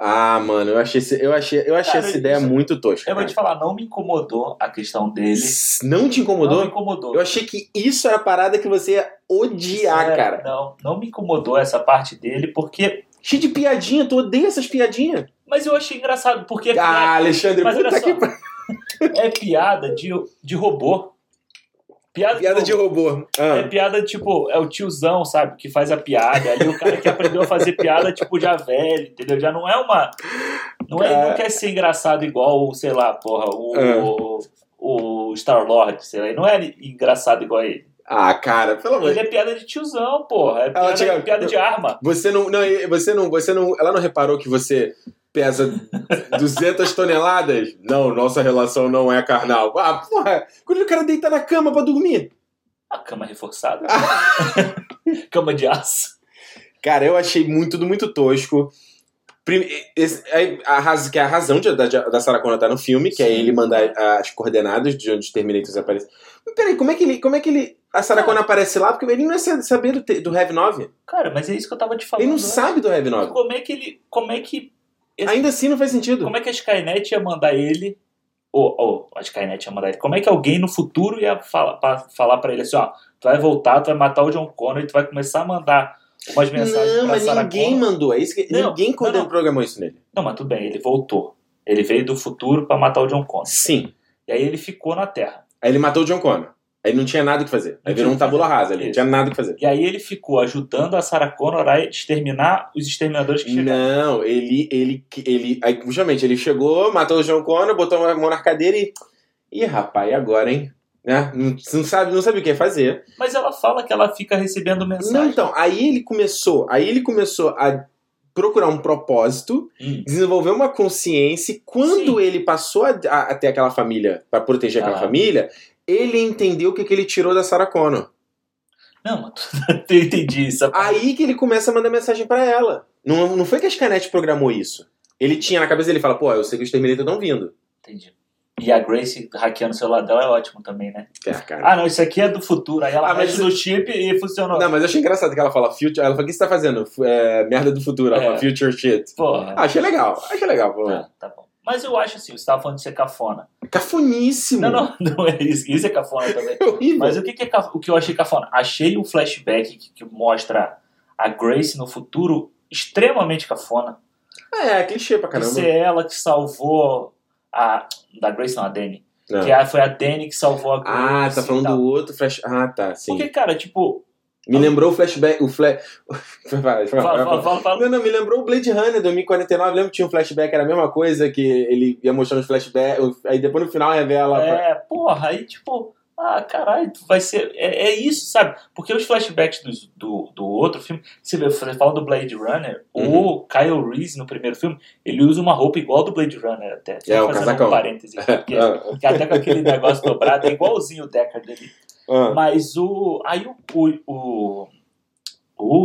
Speaker 1: Ah, mano, eu achei, esse- eu achei, eu achei
Speaker 2: Cara,
Speaker 1: essa ideia
Speaker 2: isso- é
Speaker 1: muito tosca.
Speaker 2: Eu vou te
Speaker 1: cara.
Speaker 2: falar, não me incomodou a questão dele.
Speaker 1: Não te
Speaker 2: Não
Speaker 1: incomodou?
Speaker 2: me incomodou.
Speaker 1: Eu achei que isso era a parada que você ia odiar,
Speaker 2: Sério,
Speaker 1: cara.
Speaker 2: Não, não me incomodou essa parte dele, porque.
Speaker 1: Cheio de piadinha, tu odeia essas piadinhas.
Speaker 2: Mas eu achei engraçado, porque é
Speaker 1: Ah, Alexandre,
Speaker 2: Mas olha
Speaker 1: puta
Speaker 2: só.
Speaker 1: que pa-
Speaker 2: é piada de, de robô. Piada,
Speaker 1: piada de robô.
Speaker 2: É
Speaker 1: Ah.
Speaker 2: piada, tipo, é o tiozão, sabe, que faz a piada. Ali o cara que aprendeu a fazer piada, tipo, já velho, entendeu? Já não é uma. Não, é,
Speaker 1: Cara.
Speaker 2: não quer ser engraçado igual, o, sei lá, porra, o,
Speaker 1: É.
Speaker 2: o, Star Lord, sei lá. Não é engraçado igual ele.
Speaker 1: Ah, cara, pelo amor de
Speaker 2: Ele é piada de tiozão, porra.
Speaker 1: Ah,
Speaker 2: É piada,
Speaker 1: tinha-
Speaker 2: piada de arma.
Speaker 1: Você não, não, e você não, você não, ela não reparou que você pesa 200 toneladas? Não, nossa relação não é carnal. Ah, porra, quando o cara deita na cama pra dormir.
Speaker 2: A cama reforçada. cama de aço.
Speaker 1: Cara, eu achei muito, tudo muito tosco. Prime- esse- aí, a, raz- que é a razão de- da, da Sarah Connor estar no filme, que é
Speaker 2: Sim.
Speaker 1: ele mandar as coordenadas de onde os Terminators aparecem. Mas peraí, como é que ele, como é que ele, a Sarah Connor aparece lá? Porque ele não ia saber do, te- do Heavy 9.
Speaker 2: Cara, mas é isso que eu tava te falando.
Speaker 1: Ele não
Speaker 2: antes.
Speaker 1: sabe do Heavy 9.
Speaker 2: Como é que ele. Como é que esse-
Speaker 1: Ainda assim não faz sentido.
Speaker 2: Como é que a Skynet ia mandar ele. Ou, ou a Skynet ia mandar ele. Como é que alguém no futuro ia fala, pa- falar pra ele assim: ó, tu vai voltar, tu vai matar o John Connor e tu vai começar a mandar umas mensagens
Speaker 1: Não,
Speaker 2: pra
Speaker 1: mas
Speaker 2: Sarah
Speaker 1: ninguém
Speaker 2: Connor.
Speaker 1: mandou. É isso que...
Speaker 2: Não,
Speaker 1: ninguém quando
Speaker 2: não, não.
Speaker 1: programou isso nele.
Speaker 2: Não, mas tudo bem, ele voltou. Ele veio do futuro pra matar o John Connor.
Speaker 1: Sim.
Speaker 2: E aí ele ficou na Terra.
Speaker 1: Aí ele matou o John Connor. Aí não tinha nada o que fazer. Aí
Speaker 2: Não
Speaker 1: virou
Speaker 2: tinha
Speaker 1: um tabula
Speaker 2: o que fazer.
Speaker 1: rasa ali. Não
Speaker 2: Isso.
Speaker 1: tinha nada o que fazer.
Speaker 2: E aí ele ficou ajudando a Sarah Connor a exterminar os exterminadores que chegaram.
Speaker 1: Não, ele, ele, ele, aí, justamente, ele chegou, matou o John Connor, botou a mão na cadeira e, ih, rapaz, e agora, hein? Né? Não, não sabe, não sabe o que fazer.
Speaker 2: Mas ela fala que ela fica recebendo
Speaker 1: Não,
Speaker 2: mensagem.
Speaker 1: então, aí ele começou, aí ele começou a procurar um propósito,
Speaker 2: Hum.
Speaker 1: desenvolver uma consciência. E quando
Speaker 2: Sim.
Speaker 1: ele passou a, a- a ter aquela família, pra proteger aquela
Speaker 2: Ah.
Speaker 1: família, ele entendeu o que, que ele tirou da Sarah Connor.
Speaker 2: Não, mas eu entendi isso.
Speaker 1: Aí que ele começa a mandar mensagem pra ela. Não, não foi que a Skynet programou isso. Ele tinha na cabeça, ele fala, pô, eu sei que os Terminator estão vindo.
Speaker 2: Entendi. E a Grace hackeando o celular dela é ótimo também, né?
Speaker 1: É, cara.
Speaker 2: Ah, não, isso aqui é do futuro. Aí ela
Speaker 1: Ah, mas
Speaker 2: mexe no chip e funcionou.
Speaker 1: Não, mas eu achei engraçado que ela fala future. Ela fala, o que você tá fazendo? F- é, merda do futuro. Ela
Speaker 2: É.
Speaker 1: fala future shit.
Speaker 2: Porra.
Speaker 1: Ah, achei legal. Achei legal. Pô.
Speaker 2: Tá, tá bom. Mas eu acho assim, você tava falando de ser cafona.
Speaker 1: Cafoníssimo.
Speaker 2: Não, não, não é isso. Isso é cafona também.
Speaker 1: É horrível.
Speaker 2: Mas o que, que é caf- o que eu achei cafona? Achei o flashback que, que mostra a Grace no futuro extremamente cafona.
Speaker 1: É, clichê pra
Speaker 2: Que
Speaker 1: caramba.
Speaker 2: ser ela que salvou a. Da Grace não, a Danny.
Speaker 1: Não.
Speaker 2: Que a- foi a Danny que salvou a Grace.
Speaker 1: É. Ah, tá
Speaker 2: e
Speaker 1: falando
Speaker 2: tal.
Speaker 1: do outro flash. Ah, tá, sim.
Speaker 2: Porque, cara, tipo.
Speaker 1: Me lembrou o flashback. O flash. vai, vai, vai,
Speaker 2: Fala,
Speaker 1: vai.
Speaker 2: fala, fala, fala.
Speaker 1: Não, é não, me lembrou o Blade Runner 2049. Lembra que tinha um flashback, era a mesma coisa que ele ia mostrando os flashbacks. Aí depois no final revela.
Speaker 2: É, porra, aí tipo, ah, caralho, tu vai ser. É, é isso, sabe? Porque os flashbacks dos- do, do, outro filme, você vê, você fala do Blade Runner,
Speaker 1: Uhum.
Speaker 2: o Kyle Reese no primeiro filme, ele usa uma roupa igual do Blade Runner até. Só
Speaker 1: É, o
Speaker 2: fazendo
Speaker 1: casacão.
Speaker 2: Um parêntese aqui, porque,
Speaker 1: Ah,
Speaker 2: porque até com aquele negócio dobrado, é igualzinho o Deckard dele.
Speaker 1: ah.
Speaker 2: Mas o. Aí o. o- o-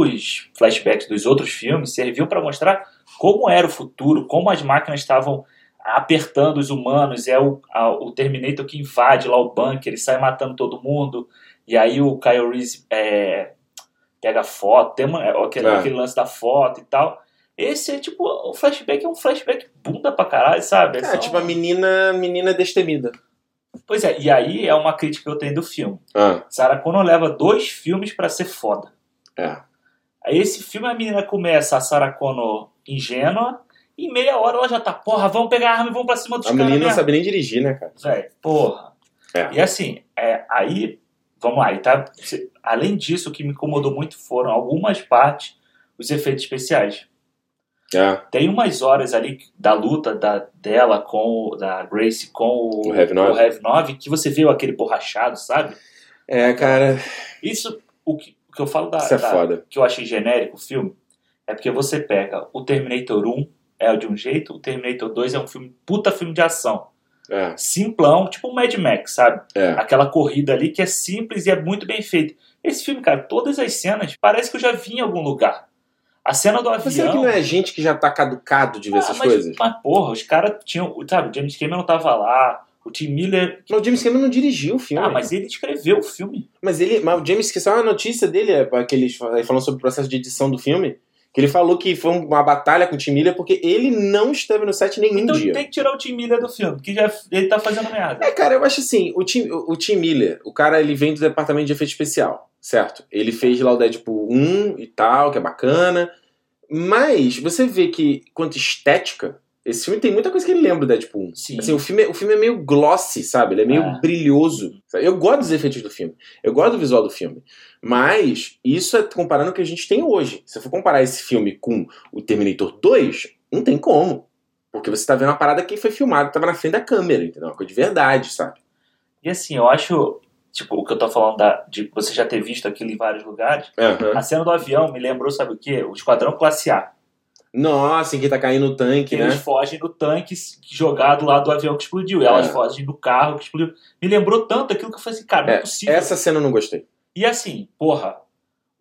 Speaker 2: os flashbacks dos outros filmes serviu pra mostrar como era o futuro, como as máquinas estavam apertando os humanos. É o, a- o Terminator que invade lá o bunker, ele sai matando todo mundo. E aí o Kyle Reese é, pega foto, tem uma- é, aquele,
Speaker 1: É.
Speaker 2: aquele lance da foto e tal. Esse é tipo, o flashback é um flashback bunda pra caralho, sabe?
Speaker 1: É,
Speaker 2: só- um-
Speaker 1: tipo a menina, menina destemida.
Speaker 2: Pois é, e aí é uma crítica que eu tenho do filme.
Speaker 1: Ah,
Speaker 2: Sarah Connor leva dois filmes pra ser foda.
Speaker 1: é.
Speaker 2: Aí esse filme a menina começa, a Sarah Connor ingênua, e em meia hora ela já tá, porra, vamos pegar a arma e vamos pra cima dos
Speaker 1: A
Speaker 2: caras
Speaker 1: menina não
Speaker 2: mesmo.
Speaker 1: sabe nem dirigir, né, cara?
Speaker 2: Véi, porra.
Speaker 1: É.
Speaker 2: E assim, é, aí, vamos lá, e tá, se- além disso, o que me incomodou muito foram algumas partes, os efeitos especiais.
Speaker 1: É.
Speaker 2: Tem umas horas ali da luta da, dela com o- da Grace com o,
Speaker 1: O Rev 9.
Speaker 2: o Rev 9, que você vê aquele borrachado, sabe?
Speaker 1: É, cara,
Speaker 2: Isso, o que, o que eu falo da,
Speaker 1: isso é
Speaker 2: da-
Speaker 1: foda.
Speaker 2: que eu achei genérico o filme é porque você pega o Terminator 1 é de um jeito, o Terminator 2 é um filme puta filme de ação.
Speaker 1: É,
Speaker 2: Simplão, tipo um Mad Max, sabe?
Speaker 1: é.
Speaker 2: Aquela corrida ali que é simples e é muito bem feito. Esse filme, cara, todas as cenas parece que eu já vi em algum lugar. A cena do avião.
Speaker 1: Mas será que não é gente que já tá caducado de ver
Speaker 2: Ah,
Speaker 1: essas
Speaker 2: mas,
Speaker 1: coisas?
Speaker 2: mas porra, os caras tinham, sabe, o James Cameron tava lá, o Tim Miller,
Speaker 1: Mas o James Cameron não dirigiu o filme.
Speaker 2: ah, mas ele escreveu o filme.
Speaker 1: Mas ele. Mas o James, que só uma notícia dele, é aquele, aí falando sobre o processo de edição do filme, que ele falou que foi uma batalha com o Tim Miller porque ele não esteve no set nenhum
Speaker 2: Então
Speaker 1: dia.
Speaker 2: tem que tirar o Tim Miller do filme, porque já ele tá fazendo merda.
Speaker 1: É, cara, eu acho assim, o Tim, o o Tim Miller, o cara, ele vem do departamento de efeito especial, certo? Ele fez lá o Deadpool 1 e tal, que é bacana. Mas você vê que, quanto estética, esse filme tem muita coisa que ele lembra do Deadpool 1.
Speaker 2: Sim.
Speaker 1: Assim, o filme, é- o filme é meio glossy, sabe? Ele é meio
Speaker 2: É.
Speaker 1: brilhoso. sabe? Eu gosto dos efeitos do filme. Eu gosto do visual do filme. Mas isso é comparando o que a gente tem hoje. Se eu for comparar esse filme com o Terminator 2, não tem como. Porque você tá vendo uma parada que foi filmada, tava na frente da câmera, entendeu? Uma coisa de verdade, sabe?
Speaker 2: E assim, eu acho, tipo, o que eu tô falando da- de você já ter visto aquilo em vários lugares,
Speaker 1: Aham.
Speaker 2: a cena do avião me lembrou, sabe o quê? O Esquadrão Classe A.
Speaker 1: Nossa, em que tá caindo o
Speaker 2: Que
Speaker 1: tanque,
Speaker 2: eles
Speaker 1: né?
Speaker 2: fogem do tanque s- jogado lá do avião que explodiu. E elas
Speaker 1: É.
Speaker 2: fogem do carro que explodiu. Me lembrou tanto aquilo que eu falei assim, cara, não é,
Speaker 1: É,
Speaker 2: possível.
Speaker 1: Essa cena eu não gostei.
Speaker 2: E assim, porra,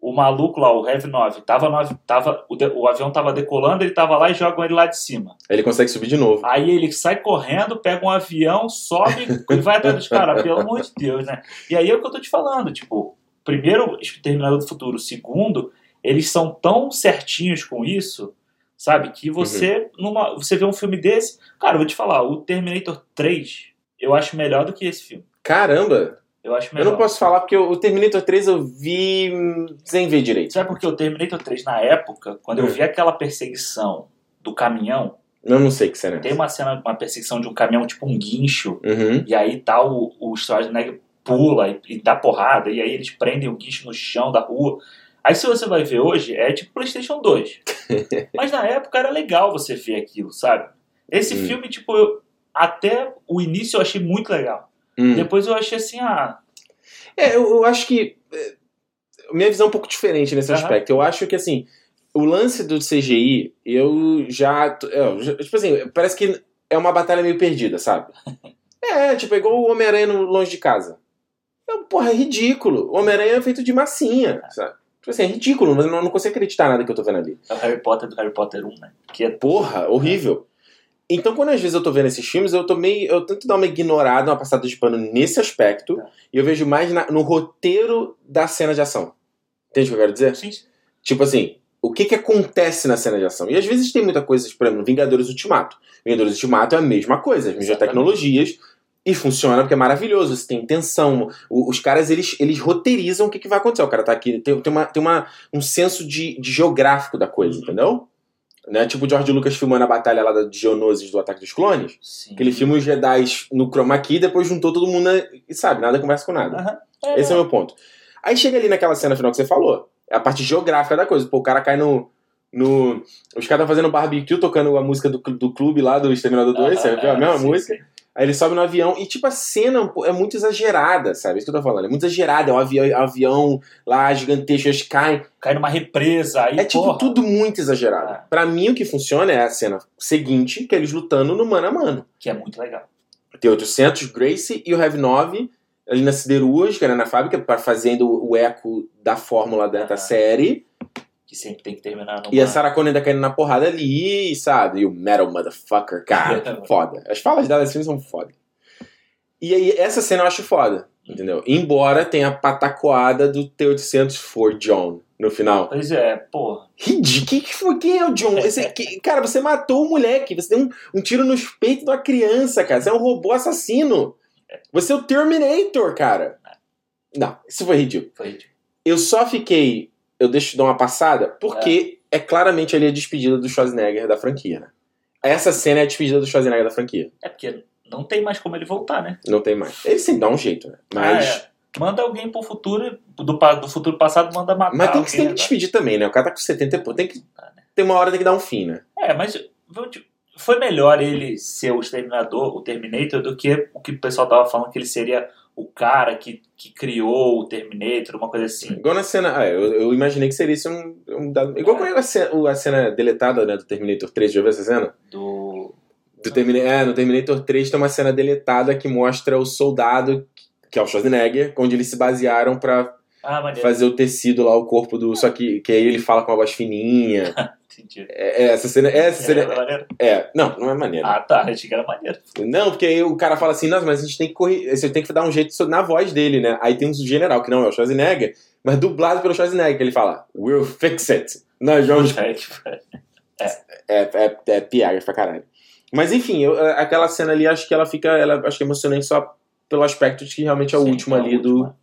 Speaker 2: o maluco lá, o Rev 9, tava no avi- tava, o, de- o avião tava decolando, ele tava lá e jogam ele lá de cima.
Speaker 1: Aí Ele consegue subir de novo.
Speaker 2: Aí ele sai correndo, pega um avião, sobe e vai atrás dos caras. Pelo amor de Deus, né? E aí é o que eu tô te falando, tipo, primeiro, Exterminador do Futuro, segundo, eles são tão certinhos com isso, Sabe? Que você,
Speaker 1: Uhum.
Speaker 2: numa, você vê um filme desse. Cara, eu vou te falar, o Terminator 3 eu acho melhor do que esse filme.
Speaker 1: Caramba!
Speaker 2: Eu acho
Speaker 1: Eu
Speaker 2: melhor.
Speaker 1: não posso falar porque o Terminator 3 eu vi hum, sem ver direito.
Speaker 2: Sabe por que o Terminator 3, na época, quando eu
Speaker 1: Hum.
Speaker 2: vi aquela perseguição do caminhão,
Speaker 1: Eu não sei o que será.
Speaker 2: tem uma cena, uma perseguição de um caminhão tipo um guincho,
Speaker 1: Uhum.
Speaker 2: e aí tá o, o Schwarzenegger pula e, e dá porrada, e aí eles prendem o guincho no chão da rua. Aí se você vai ver hoje, é tipo Playstation 2. Mas na época era legal você ver aquilo, sabe? Esse
Speaker 1: Hum.
Speaker 2: filme, tipo, eu- até o início eu achei muito legal.
Speaker 1: Hum.
Speaker 2: Depois eu achei assim, ah,
Speaker 1: É, eu, eu acho que. é, minha visão é um pouco diferente nesse
Speaker 2: Aham.
Speaker 1: aspecto. Eu acho que, assim, o lance do CGI, eu já. t- eu já- tipo assim, parece que é uma batalha meio perdida, sabe? É, tipo, é igual o Homem-Aranha no longe de casa. É, porra, é ridículo. O Homem-Aranha é feito de massinha, sabe? Tipo assim, é ridículo, mas eu não, não consigo acreditar nada que eu tô vendo ali.
Speaker 2: é o Harry Potter do Harry Potter 1, né? Que é
Speaker 1: Porra, horrível. Então, quando às vezes eu tô vendo esses filmes, eu tô meio. Eu tento dar uma ignorada, uma passada de pano nesse aspecto.
Speaker 2: Tá.
Speaker 1: E eu vejo mais na- no roteiro da cena de ação. Entende o que eu quero dizer?
Speaker 2: Sim, sim.
Speaker 1: Tipo assim, o que que acontece na cena de ação? E às vezes tem muita coisa, por exemplo, Vingadores Ultimato. Vingadores Ultimato é a mesma coisa, as mesmas
Speaker 2: Exatamente.
Speaker 1: tecnologias. E funciona porque é maravilhoso, você tem tensão. O- os caras, eles, eles roteirizam o que, que vai acontecer. O cara tá aqui, tem, tem, uma, tem uma, um senso de, de geográfico da coisa,
Speaker 2: Uhum.
Speaker 1: entendeu? Né? Tipo o George Lucas filmando a batalha lá da Dionosis do Ataque dos Clones.
Speaker 2: sim.
Speaker 1: Que ele filma os Jedi no chroma key, depois juntou todo mundo na- e sabe, nada conversa com nada.
Speaker 2: Aham.
Speaker 1: Esse é o meu ponto. Aí chega ali naquela cena final que você falou. É a parte geográfica da coisa. Pô, o cara cai no. no os caras estão fazendo barbecue, tocando a música do, cl- do clube lá do Exterminador 2, você viu a
Speaker 2: Ah,
Speaker 1: mesma
Speaker 2: sim,
Speaker 1: música.
Speaker 2: sim.
Speaker 1: Aí ele sobe no avião e, tipo, a cena pô, é muito exagerada, sabe? Isso que eu tô falando. É muito exagerada. É um avião, avião lá gigantesco, eles caem.
Speaker 2: Cai numa represa aí,
Speaker 1: É, tipo,
Speaker 2: porra.
Speaker 1: tudo muito exagerado.
Speaker 2: Ah.
Speaker 1: Pra mim, o que funciona é a cena seguinte, que é eles lutando no mano a mano.
Speaker 2: Que é muito legal.
Speaker 1: Tem 800, Gracie e o Rev 9 ali na siderúrgica, né, na fábrica, pra- fazendo o eco da fórmula da, da
Speaker 2: Aham.
Speaker 1: série.
Speaker 2: Que sempre tem que terminar numa...
Speaker 1: E a Sarah Connor ainda caindo na porrada ali, sabe? E o Metal Motherfucker, cara, foda. As falas dela nesse filme são foda. E aí, essa cena eu acho foda, entendeu? Embora tenha a patacoada do T-800 for John no final.
Speaker 2: Pois é, porra.
Speaker 1: Ridículo. Que que foi? Quem é o John? Esse- que- cara, você matou o moleque. Você deu um, um tiro no peito de uma criança, cara. Você é um robô assassino. Você é o Terminator, cara. Não, isso foi ridículo.
Speaker 2: Foi tipo,
Speaker 1: Eu só fiquei. Eu deixo dar uma passada, porque é, claramente ali a despedida do Schwarzenegger da franquia, né? Essa cena é a despedida do Schwarzenegger da franquia.
Speaker 2: É porque não tem mais como ele voltar, né?
Speaker 1: Não tem mais. Ele sempre dá um jeito, né? Mas.
Speaker 2: Ah, é. Manda alguém pro futuro, do, pa- do futuro passado, manda matar
Speaker 1: Mas tem que, tem
Speaker 2: Ah, é. alguém
Speaker 1: que
Speaker 2: agora.
Speaker 1: despedir também, né? O cara tá com 70 e pouco. Tem que. Tem uma hora tem que dar um fim, né?
Speaker 2: É, mas vou te- foi melhor ele ser o Exterminador, o Terminator, do que o que o pessoal tava falando que ele seria o cara que, que criou o Terminator, uma coisa assim.
Speaker 1: Igual na cena. Ah, eu, eu imaginei que seria isso um, um dado. Igual
Speaker 2: É.
Speaker 1: quando é a cena, o- a cena deletada né, do Terminator 3, já viu essa cena?
Speaker 2: Do.
Speaker 1: Do Termina- é, no Terminator 3 tem uma cena deletada que mostra o soldado, que é o Schwarzenegger, onde eles se basearam pra
Speaker 2: Ah, maneiro.
Speaker 1: fazer o tecido lá, o corpo do. Só que, que aí ele fala com uma voz fininha.
Speaker 2: Entendi.
Speaker 1: É, é, essa cena. é, Essa
Speaker 2: Era
Speaker 1: cena
Speaker 2: maneiro?
Speaker 1: é, não, não é maneiro.
Speaker 2: Ah, tá. Achei que era maneiro.
Speaker 1: Não, porque aí o cara fala assim, nossa, mas a gente tem que correr, você tem que dar um jeito so- na voz dele, né? Aí tem um general que não é o Schwarzenegger, mas dublado pelo Schwarzenegger, que ele fala, we'll fix it. Nós vamos.
Speaker 2: É, tipo,
Speaker 1: É, é, é piada pra caralho. Mas enfim, eu- a- aquela cena ali, acho que ela fica, ela acho que é emocionante só pelo aspecto de que realmente é o
Speaker 2: sim,
Speaker 1: último
Speaker 2: é
Speaker 1: ali do,
Speaker 2: último.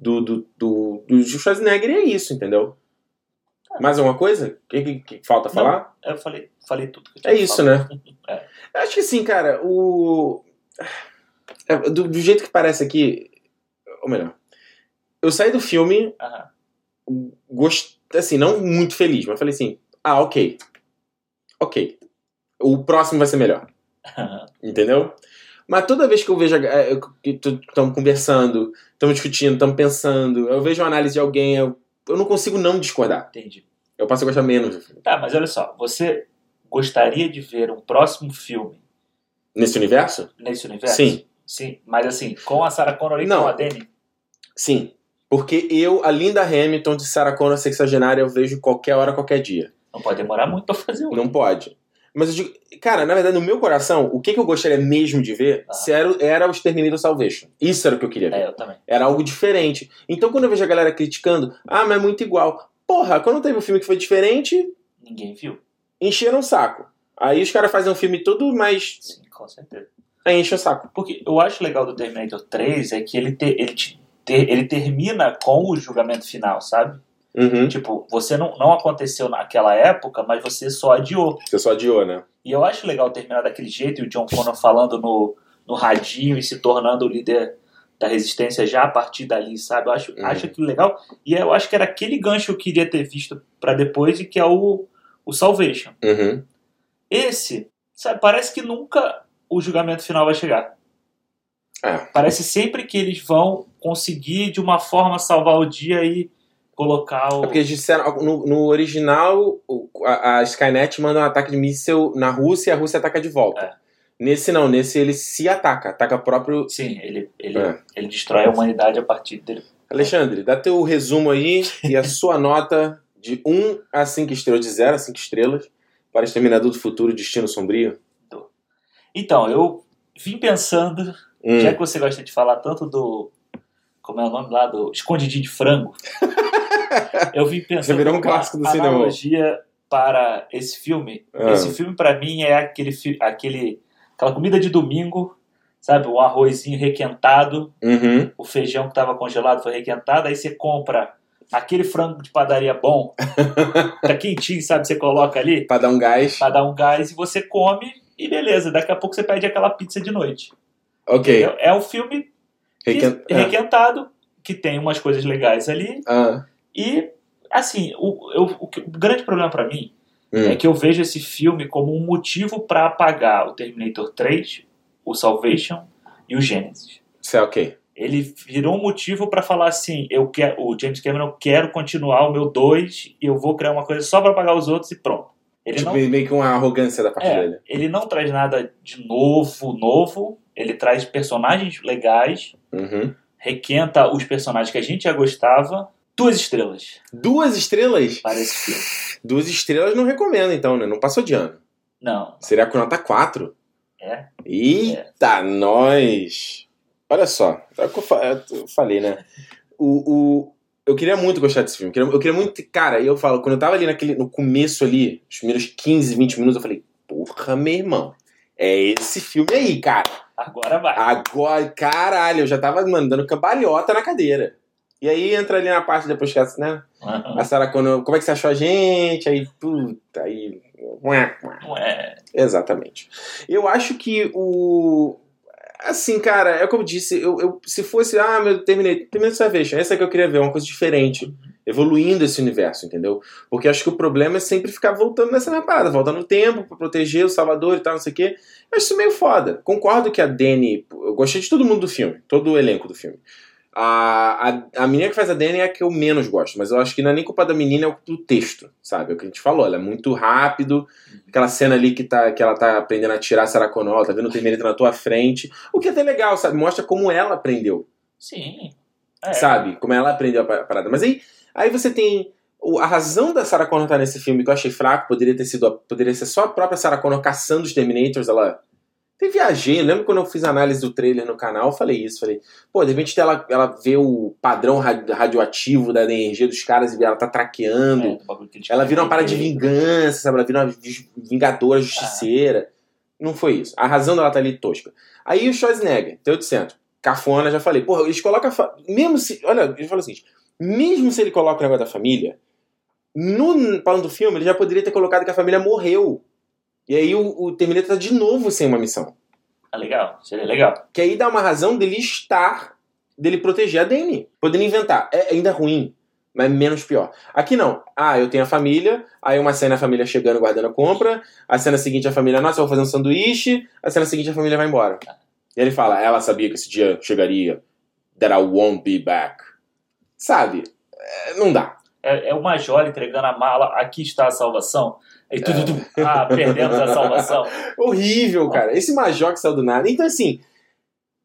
Speaker 1: do, do, do, do Schwarzenegger e é isso, entendeu? Mais alguma coisa? O que, que- que falta
Speaker 2: É. Não.
Speaker 1: falar?
Speaker 2: Eu falei, falei tudo que eu tinha
Speaker 1: É isso,
Speaker 2: falado.
Speaker 1: né?
Speaker 2: É.
Speaker 1: Eu Acho que sim, cara. O. é, Do, do jeito que parece aqui. Ou melhor. Eu saí do filme,
Speaker 2: Aham.
Speaker 1: gost... assim, não muito feliz, mas falei assim: ah, ok. Ok. O próximo vai ser melhor. Entendeu? Mas toda vez que eu vejo. Estamos conversando, estamos discutindo, estamos pensando, eu vejo a análise de alguém, eu, eu não consigo não discordar.
Speaker 2: Entendi.
Speaker 1: Eu passo a gostar menos do filme.
Speaker 2: Tá, mas olha só, você gostaria de ver um próximo filme
Speaker 1: Nesse universo?
Speaker 2: nesse universo?
Speaker 1: Sim.
Speaker 2: Sim, mas assim, com a Sarah Connor e
Speaker 1: Não.
Speaker 2: com a Dani?
Speaker 1: Sim. Porque eu, a Linda Hamilton de Sarah Connor sexagenária, eu vejo qualquer hora, qualquer dia.
Speaker 2: Não pode demorar muito pra fazer um.
Speaker 1: Não pode. Mas eu digo, cara, na verdade, no meu coração, o que, que eu gostaria mesmo de ver
Speaker 2: Ah.
Speaker 1: se era, era o Exterminator Salvation. Isso era o que eu queria ver.
Speaker 2: É, eu também.
Speaker 1: Era algo diferente. Então, quando eu vejo a galera criticando, ah, mas é muito igual. Porra, quando teve um filme que foi diferente,
Speaker 2: Ninguém viu.
Speaker 1: encheram o saco. Aí os caras fazem um filme todo mais.
Speaker 2: Sim, com certeza.
Speaker 1: Aí enche o saco.
Speaker 2: Porque eu acho legal do Terminator 3 é que ele, te, ele, te- ter- ele termina com o julgamento final, sabe?
Speaker 1: Uhum.
Speaker 2: Tipo, você não, não aconteceu naquela época, mas você só adiou.
Speaker 1: Você só adiou, né?
Speaker 2: E eu acho legal terminar daquele jeito e o John Connor falando no, no radinho e se tornando o líder da resistência já a partir dali, sabe? Eu acho,
Speaker 1: Uhum.
Speaker 2: acho aquilo legal. E eu acho que era aquele gancho que eu queria ter visto pra depois e que é o, o Salvation.
Speaker 1: Uhum.
Speaker 2: Esse, sabe, parece que nunca o julgamento final vai chegar.
Speaker 1: É.
Speaker 2: Parece sempre que eles vão conseguir de uma forma salvar o dia e colocar o.
Speaker 1: É porque eles disseram, no, no original, o- a, a Skynet manda um ataque de míssil na Rússia e a Rússia ataca de
Speaker 2: É.
Speaker 1: volta. Nesse não, nesse ele se ataca, ataca o próprio.
Speaker 2: Sim, ele, ele,
Speaker 1: É.
Speaker 2: ele destrói a humanidade a partir dele.
Speaker 1: Alexandre, dá teu resumo aí e a sua nota de 1 a 5 estrelas, de 0 a 5 estrelas, para Exterminador do Futuro, Destino Sombrio.
Speaker 2: Então, eu vim pensando
Speaker 1: Hum.
Speaker 2: Já que você gosta de falar tanto do. Como é o nome lá? Do escondidinho de frango. eu vim pensando.
Speaker 1: Você virou um
Speaker 2: numa
Speaker 1: clássico do cinema.
Speaker 2: analogia para esse filme.
Speaker 1: Ah.
Speaker 2: Esse filme, para mim, é aquele, fi- aquele. aquela comida de domingo, sabe? Um arrozinho requentado,
Speaker 1: Uhum.
Speaker 2: o feijão que estava congelado foi requentado, aí você compra. Aquele frango de padaria bom, tá quentinho, sabe? Você coloca ali
Speaker 1: Pra dar um gás.
Speaker 2: pra dar um gás e você come e beleza. Daqui a pouco você pede aquela pizza de noite.
Speaker 1: Ok. ah.
Speaker 2: É é um filme que-
Speaker 1: Requent-
Speaker 2: e requentado, que tem umas coisas legais ali.
Speaker 1: Ah.
Speaker 2: E, assim, o, eu- o que- o grande problema pra mim
Speaker 1: Hum.
Speaker 2: é que eu vejo esse filme como um motivo pra apagar o Terminator 3, o Salvation e o Genesis.
Speaker 1: Isso é ok.
Speaker 2: Ele virou um motivo pra falar assim, eu quero, o James Cameron, eu quero continuar o meu 2 e eu vou criar uma coisa só pra apagar os outros e pronto. Ele
Speaker 1: Tipo,
Speaker 2: não
Speaker 1: meio que uma arrogância da parte
Speaker 2: é,
Speaker 1: dele.
Speaker 2: ele não traz nada de novo, novo. Ele traz personagens legais,
Speaker 1: Uhum.
Speaker 2: requenta os personagens que a gente já gostava. Duas estrelas
Speaker 1: Duas estrelas?
Speaker 2: para esse filme.
Speaker 1: Duas estrelas não recomendo, então, né? Não passou de ano.
Speaker 2: Não.
Speaker 1: Seria com nota 4.
Speaker 2: É.
Speaker 1: Eita, nós! Olha só, é o que eu, fa- é o que eu falei, né? O, o- eu queria muito gostar desse filme. Eu queria, eu queria muito. Cara, eu falo, quando eu tava ali naquele, no começo ali, os primeiros 15, 20 minutos, eu falei, porra, meu irmão. É esse filme aí, cara.
Speaker 2: Agora vai.
Speaker 1: Agora, caralho, eu já tava mandando cambalhota na cadeira. E aí entra ali na parte depois que essa, né? A Sarah quando. Como é que você achou a gente? Aí, puta, aí. ué, ué.
Speaker 2: Não é.
Speaker 1: Exatamente. Eu acho que o. Assim, cara, é como eu disse, eu, eu- se fosse, ah, meu, terminei, terminei essa vez, essa que eu queria ver, é uma coisa diferente, evoluindo esse universo, entendeu? Porque eu acho que o problema é sempre ficar voltando nessa mesma parada, voltando no tempo pra proteger o Salvador e tal, não sei o quê. Eu acho isso meio foda. Concordo que a Dani, eu gostei de todo mundo do filme, todo o elenco do filme. A, a, a menina que faz a Dani é a que eu menos gosto, mas eu acho que não é nem culpa da menina, é do texto, sabe? É o que a gente falou, ela é muito rápido, Aquela cena ali que, tá, que ela tá aprendendo a tirar a Sarah Connor, tá vendo o Terminator na tua frente. O que é até legal, sabe? Mostra como ela aprendeu,
Speaker 2: Sim. É.
Speaker 1: sabe? Como ela aprendeu a pa- parada. Mas aí, aí você tem o- a razão da Sarah Connor estar nesse filme que eu achei fraco, poderia ter sido a- poderia ser só a própria Sarah Connor caçando os Terminators, ela até viajei, eu lembro quando eu fiz a análise do trailer no canal, eu falei isso, falei, pô, de repente ela, ela vê o padrão ra- radioativo da energia dos caras e ela tá traqueando.
Speaker 2: É, do bagulho que eles
Speaker 1: Ela vira uma parada de
Speaker 2: fazem.
Speaker 1: vingança, sabe? Ela vira uma vi- vingadora, justiceira. Não foi isso. A razão dela tá ali tosca. Aí o Schwarzenegger, teu de centro. Cafona, já falei. Porra, eles colocam. a fa- Mesmo se. Olha, eu falo o seguinte: mesmo se ele coloca o negócio da família, no plano do filme, ele já poderia ter colocado que a família morreu. E aí o, o Terminator tá de novo sem uma missão.
Speaker 2: Ah, legal. Seria legal.
Speaker 1: Que aí dá uma razão dele estar, dele proteger a Dani. Poderia inventar. É ainda ruim, mas menos pior. Aqui não. Ah, eu tenho a família, aí uma cena é a família chegando guardando a compra, a cena seguinte a família, nossa, eu vou fazer um sanduíche, a cena seguinte a família vai embora. E ele fala, ela sabia que esse dia chegaria, that I won't be back. Sabe? É, não dá.
Speaker 2: É, é o Major entregando a mala. Aqui está a salvação. E tudo. tudo. Ah, perdemos a salvação.
Speaker 1: Horrível, cara. Esse Major que saiu do nada. Então, assim,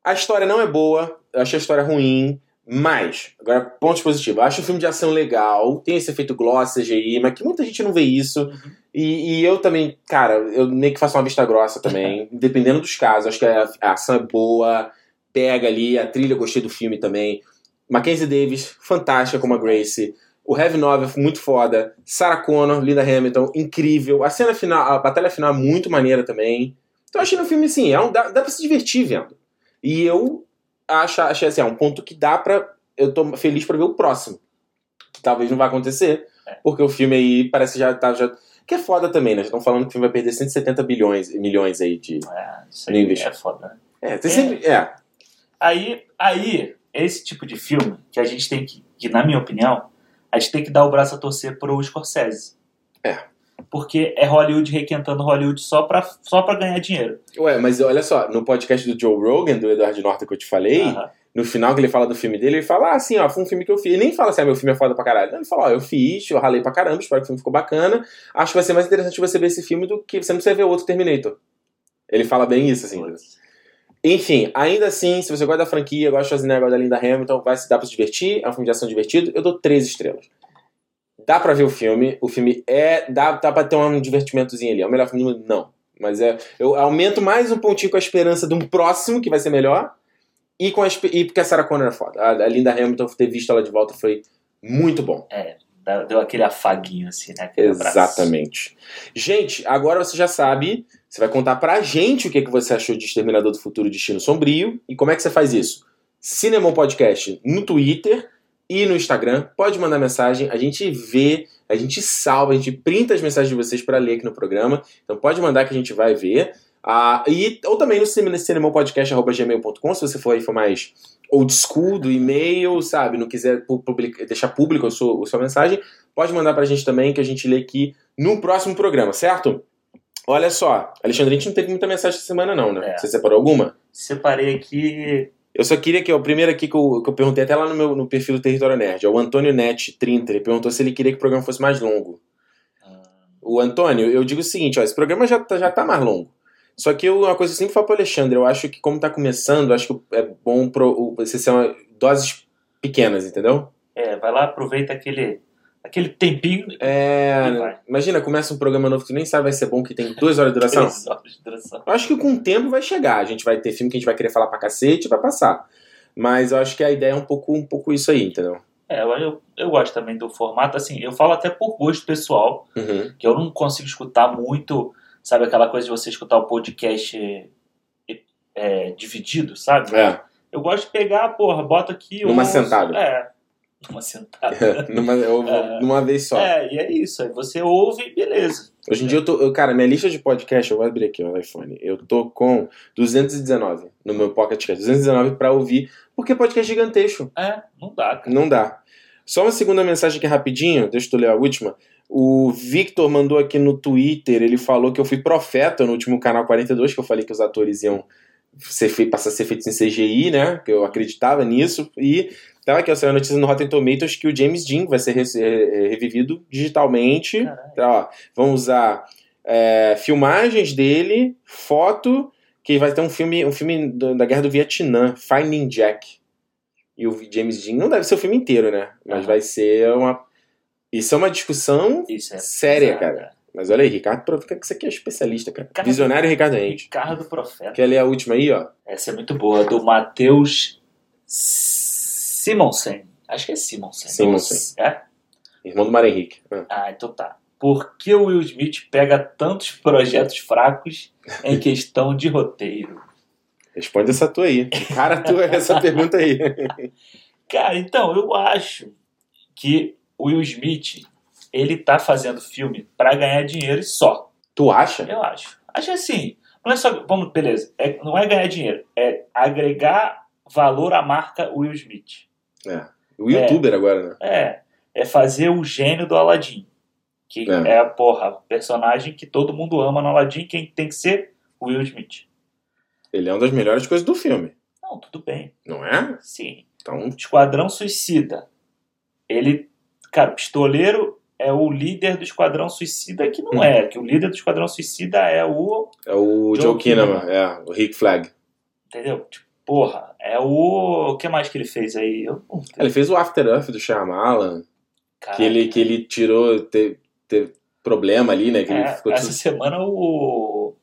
Speaker 1: a história não é boa, eu achei a história ruim, mas, agora, pontos positivos. Eu acho o filme de ação legal, tem esse efeito gloss, CGI, mas que muita gente não vê isso. E, e eu também, cara, eu nem que faço uma vista grossa também, dependendo dos casos. Acho que a, a ação é boa, pega ali, a trilha eu gostei do filme também. Mackenzie Davis, fantástica como a Grace. O Heavy Novel, é muito foda. Sarah Connor, Linda Hamilton, incrível. A cena final, a batalha final é muito maneira também. Então eu achei no filme, assim, é um, dá, dá pra se divertir vendo. E eu acho, achei assim, é um ponto que dá pra. Eu tô feliz pra ver o próximo. Que talvez não vá acontecer, porque o filme aí parece que já tá. Já, que é foda também, né? Já estão falando que o filme vai perder 170 bilhões, milhões aí de.
Speaker 2: É, isso
Speaker 1: Nem
Speaker 2: aí
Speaker 1: investi-
Speaker 2: é foda, né?
Speaker 1: É, tem sempre. É.
Speaker 2: Aí, aí, esse tipo de filme que a gente tem que, que, na minha opinião, a gente tem que dar o braço a torcer pro Scorsese.
Speaker 1: É.
Speaker 2: Porque é Hollywood requentando Hollywood só pra, só pra ganhar dinheiro.
Speaker 1: Ué, mas olha só, no podcast do Joe Rogan, do Eduardo Norton que eu te falei,
Speaker 2: Aham.
Speaker 1: no final que ele fala do filme dele, ele fala ah, assim, ó, foi um filme que eu fiz. Ele nem fala assim, ah, meu filme é foda pra caralho. Não, ele fala, ó, eu fiz, eu ralei pra caramba, espero que o filme ficou bacana. Acho que vai ser mais interessante você ver esse filme do que você não precisa ver o outro Terminator. Ele fala bem isso,
Speaker 2: é.
Speaker 1: assim. Enfim, ainda assim, se você gosta da franquia, gosta de Schwarzenegger, gosta da Linda Hamilton, vai se dar pra se divertir, é um filme de ação divertido, eu dou três estrelas. Dá pra ver o filme, o filme é. dá, dá pra ter um divertimentozinho ali. É o melhor filme do mundo? Não. Mas é. Eu aumento mais um pontinho com a esperança de um próximo que vai ser melhor. E, com a, espe- e porque a Sarah Connor é foda. A, a Linda Hamilton, ter visto ela de volta foi muito bom.
Speaker 2: Dá- Deu aquele afaguinho assim, né? Aquele abraço.
Speaker 1: Exatamente. Gente, agora você já sabe, você vai contar pra gente o que, que você achou de Exterminador do Futuro Destino Sombrio e como é que você faz isso. Cinemon Podcast no Twitter e no Instagram. Pode mandar mensagem, a gente vê, a gente salva, a gente printa as mensagens de vocês pra ler aqui no programa. Então pode mandar que a gente vai ver. Ah, e, ou também no cine- cinemopodcast.gmail.com, se você for aí for mais old school do e-mail, sabe? Não quiser pu- public- deixar público a sua, a sua mensagem pode mandar pra gente também, que a gente lê aqui no próximo programa, certo? Olha só, Alexandre, a gente não teve muita mensagem essa semana, não, né?
Speaker 2: É.
Speaker 1: Você separou alguma?
Speaker 2: Separei aqui.
Speaker 1: Eu só queria que, ó, o primeiro aqui que eu, que eu perguntei até lá no meu no perfil do Território Nerd, é o Antônio Net 30, ele perguntou se ele queria que o programa fosse mais longo. O Antônio, eu digo o seguinte, ó, esse programa já tá, já tá mais longo. Só que eu- uma coisa que eu sempre falo pro Alexandre, eu acho que como tá começando, eu acho que é bom pro, o, vocês são doses pequenas, entendeu?
Speaker 2: É, vai lá, aproveita aquele, aquele tempinho.
Speaker 1: É.
Speaker 2: e vai.
Speaker 1: Imagina, começa um programa novo que tu nem sabe vai ser bom, que tem duas horas de duração.
Speaker 2: Três horas de duração.
Speaker 1: Eu acho que com o tempo vai chegar. A gente vai ter filme que a gente vai querer falar pra cacete e vai passar. Mas eu acho que a ideia é um pouco, um pouco isso aí, entendeu?
Speaker 2: É, eu- eu, eu gosto também do formato, assim, eu falo até por gosto pessoal,
Speaker 1: Uhum.
Speaker 2: que eu não consigo escutar muito, sabe, aquela coisa de você escutar o podcast eh, eh, dividido, sabe?
Speaker 1: É.
Speaker 2: Eu gosto de pegar, porra, boto aqui... eu
Speaker 1: Numa
Speaker 2: ouço-
Speaker 1: sentada.
Speaker 2: É, numa sentada.
Speaker 1: numa, eu vou
Speaker 2: É.
Speaker 1: numa vez só.
Speaker 2: é, e é isso, aí você ouve e beleza.
Speaker 1: Hoje em dia eu tô. eu- cara, minha lista de podcast, eu vou abrir aqui ó, no iPhone. Eu tô com 219 no meu Pocket é Cast. 219 pra ouvir, porque podcast é gigantesco.
Speaker 2: É, não dá, cara.
Speaker 1: Não dá. Só uma segunda mensagem aqui rapidinho, deixa eu ler a última. O Victor mandou aqui no Twitter, ele falou que eu fui profeta no último canal 42, que eu falei que os atores iam ser fei- passar a ser feitos em CGI, né? Que eu acreditava nisso. E tava aqui, ó, saiu a notícia no Rotten Tomatoes que o James Dean vai ser re- eh, revivido digitalmente.
Speaker 2: Caralho.
Speaker 1: Tá, ó, vão usar é, filmagens dele, foto, que vai ter um filme, um filme do- da Guerra do Vietnã, Finding Jack. E o James Dean não deve ser o filme inteiro, né? Mas
Speaker 2: Aham.
Speaker 1: vai ser uma. Isso é uma discussão
Speaker 2: Isso, é.
Speaker 1: séria,
Speaker 2: bizarro,
Speaker 1: cara. Mas olha aí, Ricardo, aproveita que você aqui é especialista, cara.
Speaker 2: Cara,
Speaker 1: Visionário Ricardo Rente.
Speaker 2: Ricardo Profeta.
Speaker 1: Quer ler a última aí, ó?
Speaker 2: Essa é muito boa, do Matheus Simonsen. Acho que é Simonsen.
Speaker 1: Simonsen.
Speaker 2: É?
Speaker 1: Irmão do Mar Henrique. Ah.
Speaker 2: Ah, então tá. Por que o Will Smith pega tantos projetos fracos em questão de roteiro?
Speaker 1: Responde essa tua aí. Cara, tua é essa pergunta aí.
Speaker 2: Cara, então, eu acho que o Will Smith, ele tá fazendo filme pra ganhar dinheiro e só.
Speaker 1: Tu acha?
Speaker 2: Eu acho. Acho assim, não é só... Vamos, beleza. É- não é ganhar dinheiro, é agregar valor à marca Will Smith.
Speaker 1: O youtuber agora, né?
Speaker 2: É, é fazer o gênio do Aladdin. Que
Speaker 1: É.
Speaker 2: é, a porra, o personagem que todo mundo ama no Aladdin, quem tem que ser? Will Smith.
Speaker 1: Ele é uma das melhores coisas do filme,
Speaker 2: Não, tudo bem.
Speaker 1: não é?
Speaker 2: Sim.
Speaker 1: Então,
Speaker 2: Esquadrão Suicida. Ele, cara, o pistoleiro é o líder do Esquadrão Suicida, que
Speaker 1: Hum.
Speaker 2: não é, que o líder do Esquadrão Suicida é o,
Speaker 1: é o Joe,
Speaker 2: Joe
Speaker 1: Kinnaman, é, o Rick Flag.
Speaker 2: entendeu? Tipo, porra, é o, o que mais que ele fez aí? Eu não sei.
Speaker 1: Ele fez o After Earth do Shyamalan,
Speaker 2: Cara,
Speaker 1: que ele, que ele tirou, teve, teve problema ali, né? Que ele
Speaker 2: é,
Speaker 1: ficou
Speaker 2: essa
Speaker 1: tudo...
Speaker 2: semana o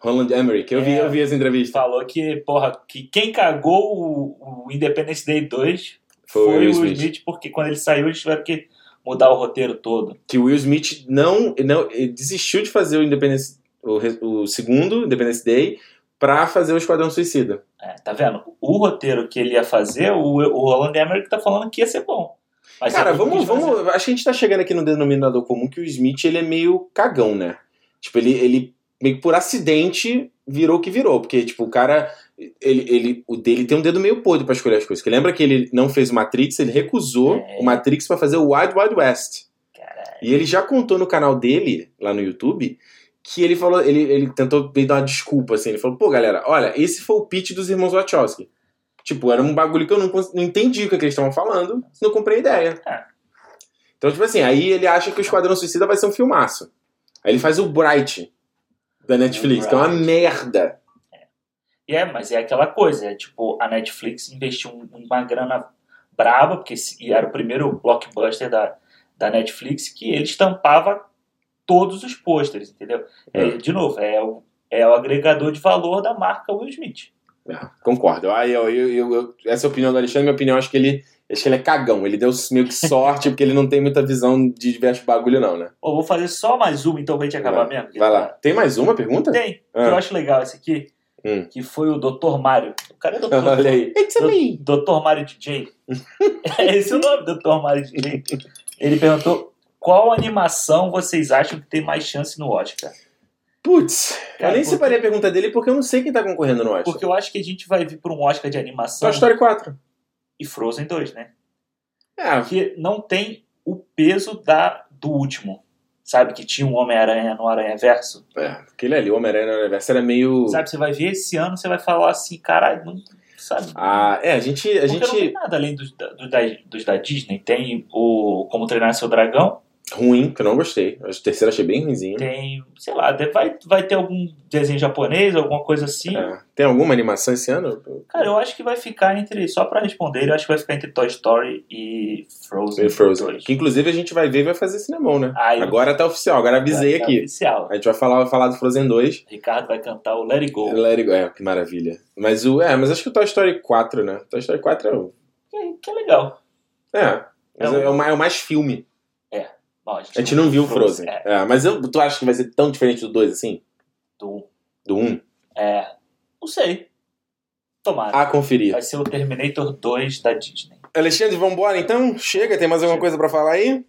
Speaker 1: Roland Emmerich, eu, vi,
Speaker 2: É.
Speaker 1: eu vi essa entrevista.
Speaker 2: falou que, porra, que quem cagou o, o Independence Day 2
Speaker 1: Foi o
Speaker 2: foi,
Speaker 1: Will
Speaker 2: o Smith.
Speaker 1: Smith.
Speaker 2: porque quando ele saiu eles tiveram que mudar o roteiro todo.
Speaker 1: Que o Will Smith não, não ele desistiu de fazer o Independence o, re- o segundo Independence Day pra fazer o Esquadrão Suicida.
Speaker 2: É, tá vendo? O roteiro que ele ia fazer, o, o Roland Emmerich tá falando que ia ser bom. Mas é
Speaker 1: Cara,
Speaker 2: ele não
Speaker 1: vamos,
Speaker 2: quis fazer.
Speaker 1: vamos. Acho que a gente tá chegando aqui no denominador comum que o Smith ele é meio cagão, né? Tipo, ele, ele meio que por acidente virou o que virou. Porque, tipo, o cara. Ele, ele, o dele tem um dedo meio podre pra escolher as coisas. Porque lembra que ele não fez o Matrix, ele recusou
Speaker 2: É.
Speaker 1: o Matrix pra fazer o Wild Wild West. E ele já contou no canal dele, lá no YouTube, que ele falou, ele, ele tentou meio dar uma desculpa, assim. Ele falou, pô, galera, olha, esse foi o pitch dos irmãos Wachowski. Tipo, era um bagulho que eu não, cons- não entendi o que, é que eles estavam falando, não comprei a ideia.
Speaker 2: É.
Speaker 1: Então, tipo assim, aí ele acha que o Esquadrão Suicida vai ser um filmaço. Aí ele faz o Bright da Netflix, que é uma
Speaker 2: Bright.
Speaker 1: merda.
Speaker 2: E é, mas é aquela coisa, é tipo, a Netflix investiu um- uma grana braba, porque se- e era o primeiro blockbuster da, da Netflix, que ele estampava todos os pôsteres, entendeu? É,
Speaker 1: É.
Speaker 2: de novo, é o, é o agregador de valor da marca Will Smith.
Speaker 1: É, concordo. Ah, eu, eu, eu- eu- essa é a opinião do Alexandre, minha opinião, acho que ele. Acho que ele é cagão, ele deu meio que sorte, porque ele não tem muita visão de diversos bagulho, não, né?
Speaker 2: Ou vou fazer só mais uma, então, pra gente acabar
Speaker 1: Vai.
Speaker 2: mesmo.
Speaker 1: Vai lá. Tem mais uma pergunta?
Speaker 2: Tem,
Speaker 1: Ah.
Speaker 2: que eu acho legal esse aqui,
Speaker 1: Hum.
Speaker 2: que foi o Dr. Mário. O cara é Dr.
Speaker 1: Olha aí. It's a me.
Speaker 2: Dr. Mário DJ. é esse o nome, Dr. Mário DJ. Ele perguntou qual animação vocês acham que tem mais chance no Oscar.
Speaker 1: Putz, eu
Speaker 2: Cara,
Speaker 1: nem
Speaker 2: por-
Speaker 1: separei a pergunta dele porque eu não sei quem tá concorrendo no Oscar.
Speaker 2: Porque eu acho que a gente vai vir para um Oscar de animação
Speaker 1: Toy Story 4.
Speaker 2: e Frozen 2, né?
Speaker 1: É,
Speaker 2: Porque não tem o peso da do último. Sabe que tinha um Homem-Aranha no Aranha Verso?
Speaker 1: é, aquele ali, o Homem-Aranha no Universo, era meio.
Speaker 2: Sabe, você vai ver esse ano, você vai falar assim, caralho, não sabe.
Speaker 1: Ah, é, a gente. A
Speaker 2: Porque não tem
Speaker 1: gente
Speaker 2: nada além dos, da- dos da, dos da Disney. Tem o Como Treinar Seu Dragão,
Speaker 1: ruim, que eu não gostei. A terceira achei bem ruimzinho.
Speaker 2: Tem, sei lá, de- vai, vai ter algum desenho japonês, alguma coisa assim.
Speaker 1: É. Tem alguma animação esse ano?
Speaker 2: Cara, eu acho que vai ficar entre, só pra responder, eu acho que vai ficar entre Toy Story e Frozen.
Speaker 1: E Frozen.
Speaker 2: 2.
Speaker 1: Que inclusive a gente vai ver e vai fazer cinemão, né?
Speaker 2: Ah, eu-
Speaker 1: Agora tá oficial, agora avisei
Speaker 2: Tá
Speaker 1: aqui.
Speaker 2: Oficial.
Speaker 1: A gente vai falar, vai falar do Frozen 2.
Speaker 2: Ricardo vai cantar o Let It Go.
Speaker 1: Let it go. É, que maravilha. Mas o. É, mas acho que o Toy Story 4, né? Toy Story 4 é o.
Speaker 2: Que, que é legal.
Speaker 1: É. Mas
Speaker 2: É um-
Speaker 1: é o mais- é o mais filme.
Speaker 2: Bom,
Speaker 1: A gente não viu o Frozen.
Speaker 2: É,
Speaker 1: É, mas eu- tu acha que vai ser tão diferente do 2 assim?
Speaker 2: do,
Speaker 1: Do 1? Um?
Speaker 2: é, não sei. Tomara.
Speaker 1: A conferir.
Speaker 2: Vai ser o Terminator 2 da Disney.
Speaker 1: Alexandre, vambora então? Chega, tem mais alguma
Speaker 2: Chega.
Speaker 1: coisa pra falar aí?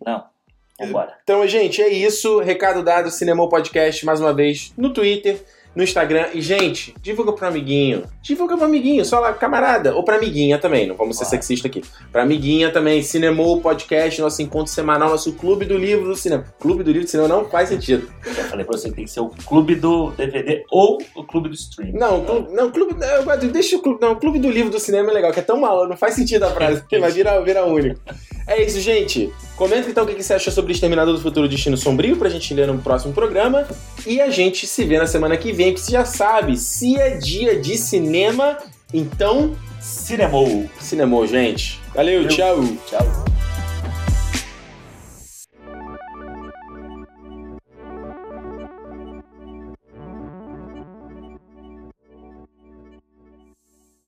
Speaker 2: Vambora.
Speaker 1: Então, gente, é isso. Recado dado, Cinemou Podcast, mais uma vez, no Twitter, no Instagram. E, gente, divulga pro amiguinho. Divulga pro amiguinho, só lá, camarada. Ou pra amiguinha também, não vamos ser
Speaker 2: Claro.
Speaker 1: sexista aqui. Pra amiguinha também, Cinemou Podcast, nosso encontro semanal, nosso clube do livro do cinema. Clube do livro do cinema não faz sentido.
Speaker 2: Eu já falei pra você, tem que ser o clube do DVD ou o clube do stream.
Speaker 1: Não, clu- não, clube. não, eu gosto- Deixa o clube. Não, o clube do livro do cinema é legal, que é tão mal, não faz sentido a frase. Vai virar, virar único. É isso, gente. Comenta então o que que você achou sobre Exterminador do Futuro Destino Sombrio pra gente ler no próximo programa. E a gente se vê na semana que vem, que você já sabe, se é dia de cinema, então
Speaker 2: Cinemou.
Speaker 1: cinemou, gente. Valeu.
Speaker 2: Valeu.
Speaker 1: tchau.
Speaker 2: Tchau.